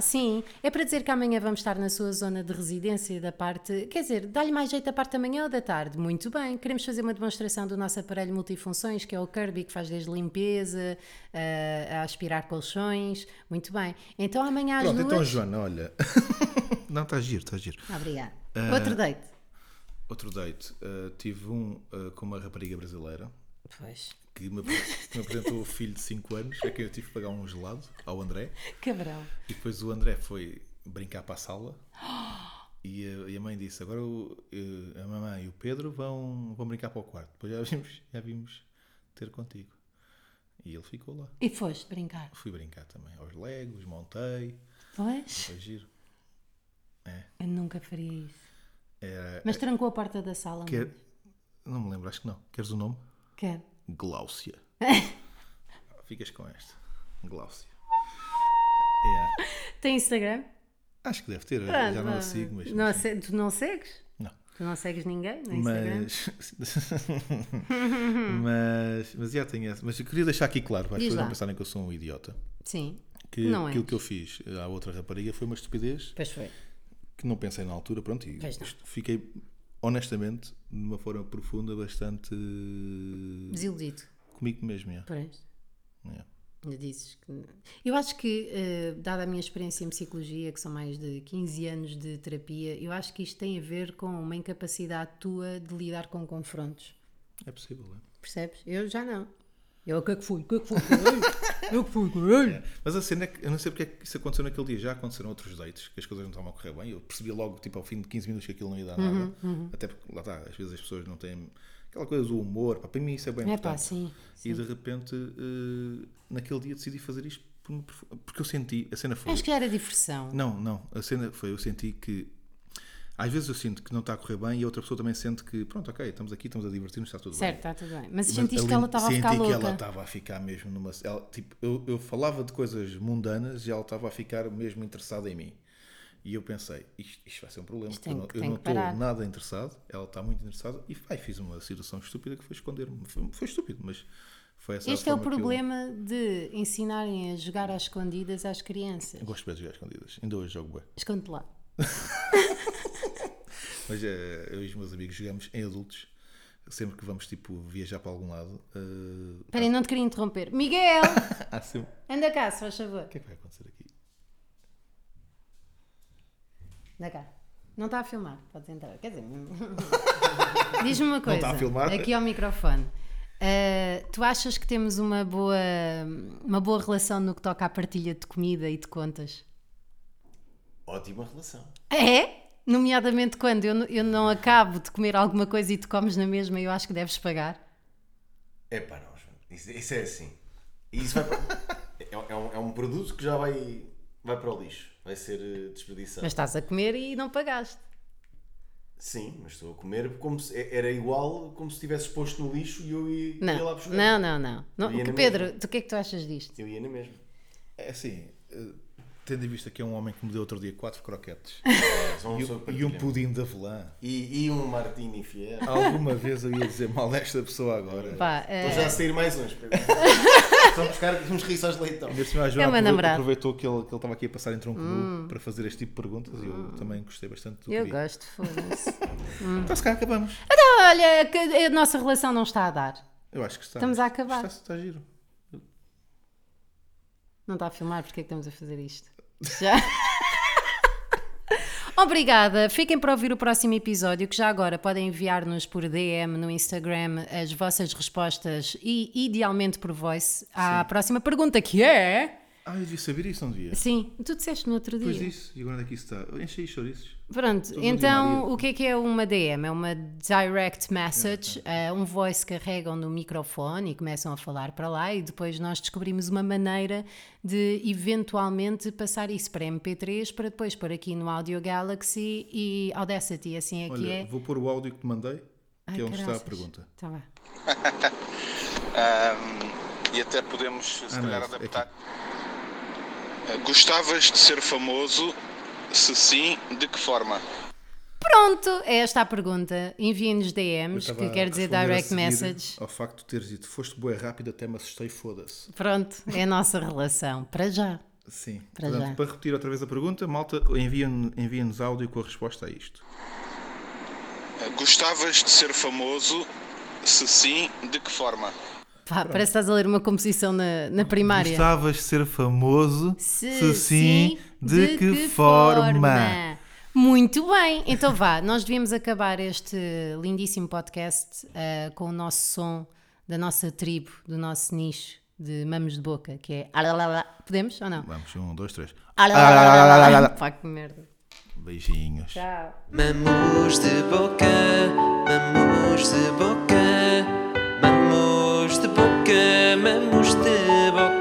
Speaker 2: Sim, é para dizer que amanhã vamos estar na sua zona de residência da parte. Quer dizer, dá-lhe mais jeito da parte da manhã ou da tarde? Muito bem. Queremos fazer uma demonstração do nosso aparelho multifunções, que é o Kirby, que faz desde limpeza eh, a aspirar colchões. Muito bem. Então amanhã às
Speaker 3: Pronto, então,
Speaker 2: duas.
Speaker 3: Joana, olha. não, está giro, está giro.
Speaker 2: Ah, Obrigada.
Speaker 3: eh,
Speaker 2: Outro date.
Speaker 3: Outro date. eh, tive um eh, com uma rapariga brasileira
Speaker 2: Pois.
Speaker 3: que me, apre- que me apresentou o filho de 5 anos, a quem eu tive que pagar um gelado, ao André.
Speaker 2: Cabrão.
Speaker 3: E depois o André foi brincar para a sala e a, e a mãe disse: Agora o- eh, a mamãe e o Pedro vão, vão brincar para o quarto. Depois já vimos, já vimos ter contigo. E ele ficou lá.
Speaker 2: E foste brincar.
Speaker 3: Fui brincar também aos Legos, montei,
Speaker 2: Pois.
Speaker 3: foi giro.
Speaker 2: Eu nunca faria isso.
Speaker 3: Era,
Speaker 2: Mas trancou a porta da sala. é-
Speaker 3: quer- não me lembro, acho que não. Queres o nome?
Speaker 2: Quer.
Speaker 3: Gláucia. Ficas com esta. Gláucia. Yeah.
Speaker 2: Tem Instagram?
Speaker 3: Acho que deve ter,
Speaker 2: Ah,
Speaker 3: já não a sigo, mas.
Speaker 2: não se- tu não segues?
Speaker 3: Não.
Speaker 2: Tu não segues ninguém no Instagram?
Speaker 3: Mas, mas, mas já tenho essa. Mas eu queria deixar aqui claro, para as
Speaker 2: Diz
Speaker 3: pessoas não
Speaker 2: lá.
Speaker 3: pensarem que eu sou um idiota.
Speaker 2: Sim.
Speaker 3: Que
Speaker 2: Não é.
Speaker 3: aquilo que eu fiz eh, à outra rapariga foi uma estupidez
Speaker 2: Pois foi.
Speaker 3: que não pensei na altura, pronto, e
Speaker 2: Pois não.
Speaker 3: isto- fiquei honestamente, de uma forma profunda, bastante
Speaker 2: Desiludido.
Speaker 3: comigo mesmo. Yeah.
Speaker 2: Pois.
Speaker 3: Yeah.
Speaker 2: Ainda dizes que. não. Eu acho que, eh, dada a minha experiência em psicologia, que são mais de 15 anos de terapia, eu acho que isto tem a ver com uma incapacidade tua de lidar com confrontos.
Speaker 3: É possível, é?
Speaker 2: Percebes? Eu já não. Eu, o que é que fui? O que é que fui? Ei, Eu que fui? ei.
Speaker 3: Mas a cena é que eu não sei porque é que isso aconteceu naquele dia. Já aconteceram outros dates que as coisas não estavam a correr bem. Eu percebi logo, tipo, ao fim de 15 minutos que aquilo não ia dar nada.
Speaker 2: Uhum,
Speaker 3: Até porque, lá está, às vezes as pessoas não têm aquela coisa do humor. Pá, para mim isso é bem
Speaker 2: É pá,
Speaker 3: importante.
Speaker 2: sim.
Speaker 3: E de repente, eh, naquele dia decidi fazer isto por me prof- porque eu senti, a cena foi.
Speaker 2: Acho que já era diversão.
Speaker 3: Não, não, a cena foi, eu senti que. Às vezes eu sinto que não está a correr bem e a outra pessoa também sente que, pronto, ok, estamos aqui, estamos a divertir-nos, está tudo bem.
Speaker 2: Certo, está tudo bem. Mas
Speaker 3: é. Mas
Speaker 2: sentiste
Speaker 3: ali
Speaker 2: que ela estava a ficar
Speaker 3: senti
Speaker 2: louca.
Speaker 3: que ela estava a ficar mesmo numa. ela, tipo, eu, eu falava de coisas mundanas e ela estava a ficar mesmo interessada em mim. E eu pensei, isto, isto vai ser um problema.
Speaker 2: Isto
Speaker 3: eu
Speaker 2: tem
Speaker 3: não-
Speaker 2: que-
Speaker 3: eu
Speaker 2: tem
Speaker 3: não
Speaker 2: que
Speaker 3: estou
Speaker 2: parar.
Speaker 3: nada interessado, ela está muito interessada. E ai, fiz uma situação estúpida que foi esconder-me. Foi, foi estúpido, mas foi essa a
Speaker 2: Este é o
Speaker 3: forma que eu-
Speaker 2: problema de ensinarem a jogar às escondidas às crianças.
Speaker 3: Eu... Gosto bem de jogar escondidas. Ainda hoje jogo bem.
Speaker 2: Esconde-te lá.
Speaker 3: Mas eh, eu e os meus amigos jogamos em adultos. Sempre que vamos tipo viajar para algum lado, eh,
Speaker 2: Espera aí, não te queria interromper. Miguel,
Speaker 3: há sempre.
Speaker 2: anda cá, se faz favor.
Speaker 3: O que é que vai acontecer aqui?
Speaker 2: Anda cá. Não está a filmar, podes entrar. Quer dizer, diz-me uma coisa.
Speaker 3: está a filmar?
Speaker 2: Aqui ao microfone. Ah, tu achas que temos uma boa, uma boa relação no que toca à partilha de comida e de contas?
Speaker 1: Ótima relação.
Speaker 2: É? Nomeadamente quando eu, n- eu não acabo de comer alguma coisa e tu comes na mesma, eu acho que deves pagar.
Speaker 1: É pá, não, João. Isso, isso é assim. Isso vai para... é, é um, é um produto que já vai, vai para o lixo. Vai ser eh, desperdiçado.
Speaker 2: Mas tá. estás a comer e não pagaste.
Speaker 1: Sim, mas estou a comer como se é- era igual como se tivesse posto no lixo e eu ia, ia lá
Speaker 2: Não,
Speaker 1: buscar.
Speaker 2: não, não, não. não.
Speaker 1: Eu ia na
Speaker 2: Pedro, tu o que é que tu achas disto?
Speaker 1: Eu ia na mesma.
Speaker 3: É assim, eh, tendo em vista que é um homem que me deu outro dia quatro croquetes
Speaker 1: É, só uma
Speaker 3: e,
Speaker 1: pessoa que
Speaker 3: e
Speaker 1: partilha.
Speaker 3: um
Speaker 1: Oh.
Speaker 3: pudim de avelã,
Speaker 1: E, e um Martini Fier.
Speaker 3: alguma vez eu ia dizer mal desta pessoa agora.
Speaker 2: Pá,
Speaker 1: Estou
Speaker 2: eh,
Speaker 1: já a sair mais uns. Estão a buscar uns riços de leitão.
Speaker 3: Ainda por cima, a Joana
Speaker 2: É o meu
Speaker 3: aprove-
Speaker 2: namorado.
Speaker 3: aproveitou que ele, que ele estava aqui a passar em tronco nu para fazer este tipo de perguntas e eu também gostei bastante do
Speaker 2: Hum. eu
Speaker 3: que vi.
Speaker 2: gosto, foda-se.
Speaker 3: Então se cá acabamos.
Speaker 2: Olha, que a nossa relação não está a dar.
Speaker 3: Eu acho que está.
Speaker 2: Estamos a acabar.
Speaker 3: Está, está giro.
Speaker 2: Não está a filmar, porque é que estamos a fazer isto? Já. Obrigada. Fiquem para ouvir o próximo episódio, que já agora podem enviar-nos por DM no Instagram as vossas respostas e, idealmente, por voice à próxima pergunta, que é.
Speaker 3: Ah, eu devia saber isso, não devia?
Speaker 2: Sim, tu disseste no outro
Speaker 3: Depois
Speaker 2: dia.
Speaker 3: disso, e agora onde é que isso está? Enchei os chouriços.
Speaker 2: Pronto,
Speaker 3: Todo dia
Speaker 2: então
Speaker 3: Maria.
Speaker 2: o que é que é uma DM? É uma direct message, eh, um voice carregam no microfone e começam a falar para lá e depois nós descobrimos uma maneira de eventualmente passar isso para MP3 para depois pôr aqui no Audio Galaxy e Audacity, assim é que
Speaker 3: Olha,
Speaker 2: é.
Speaker 3: vou pôr o áudio que te mandei, que
Speaker 2: Ai,
Speaker 3: é onde está
Speaker 2: caraças.
Speaker 3: a pergunta.
Speaker 2: Tá bem.
Speaker 7: Ahm, e até podemos, se
Speaker 3: Ah, não,
Speaker 7: calhar,
Speaker 3: é isso, é
Speaker 7: adaptar. Ah, Gostavas de ser famoso? Se sim, de que forma?
Speaker 2: Pronto, é esta a pergunta. Enviem-nos
Speaker 3: Eu
Speaker 2: DMs,
Speaker 3: estava
Speaker 2: que
Speaker 3: a
Speaker 2: quer dizer
Speaker 3: responder a
Speaker 2: direct
Speaker 3: seguir
Speaker 2: message.
Speaker 3: Ao facto de teres dito, foste boa rápido, até me assustei, foda-se.
Speaker 2: Pronto, é a nossa relação. Para já.
Speaker 3: Sim.
Speaker 2: Para
Speaker 3: Portanto,
Speaker 2: já.
Speaker 3: para repetir outra vez a pergunta, malta, enviem- enviem-nos áudio com a resposta a isto.
Speaker 7: Ah, Gostavas de ser famoso? Se sim, de que forma?
Speaker 2: Pá, parece que estás a ler uma composição na, na primária.
Speaker 3: Gostavas de ser famoso?
Speaker 2: Muito bem, então vá, nós devíamos acabar este lindíssimo podcast ah, com o nosso som da nossa tribo, do nosso nicho de mamos de boca, que é. alalala. Podemos ou não?
Speaker 3: Vamos, um, dois, três.
Speaker 2: Alalala. Pá, que merda.
Speaker 3: Beijinhos.
Speaker 2: Tchau.
Speaker 1: Mamus de boca, mamus de boca, mamus de boca, mamus de boca.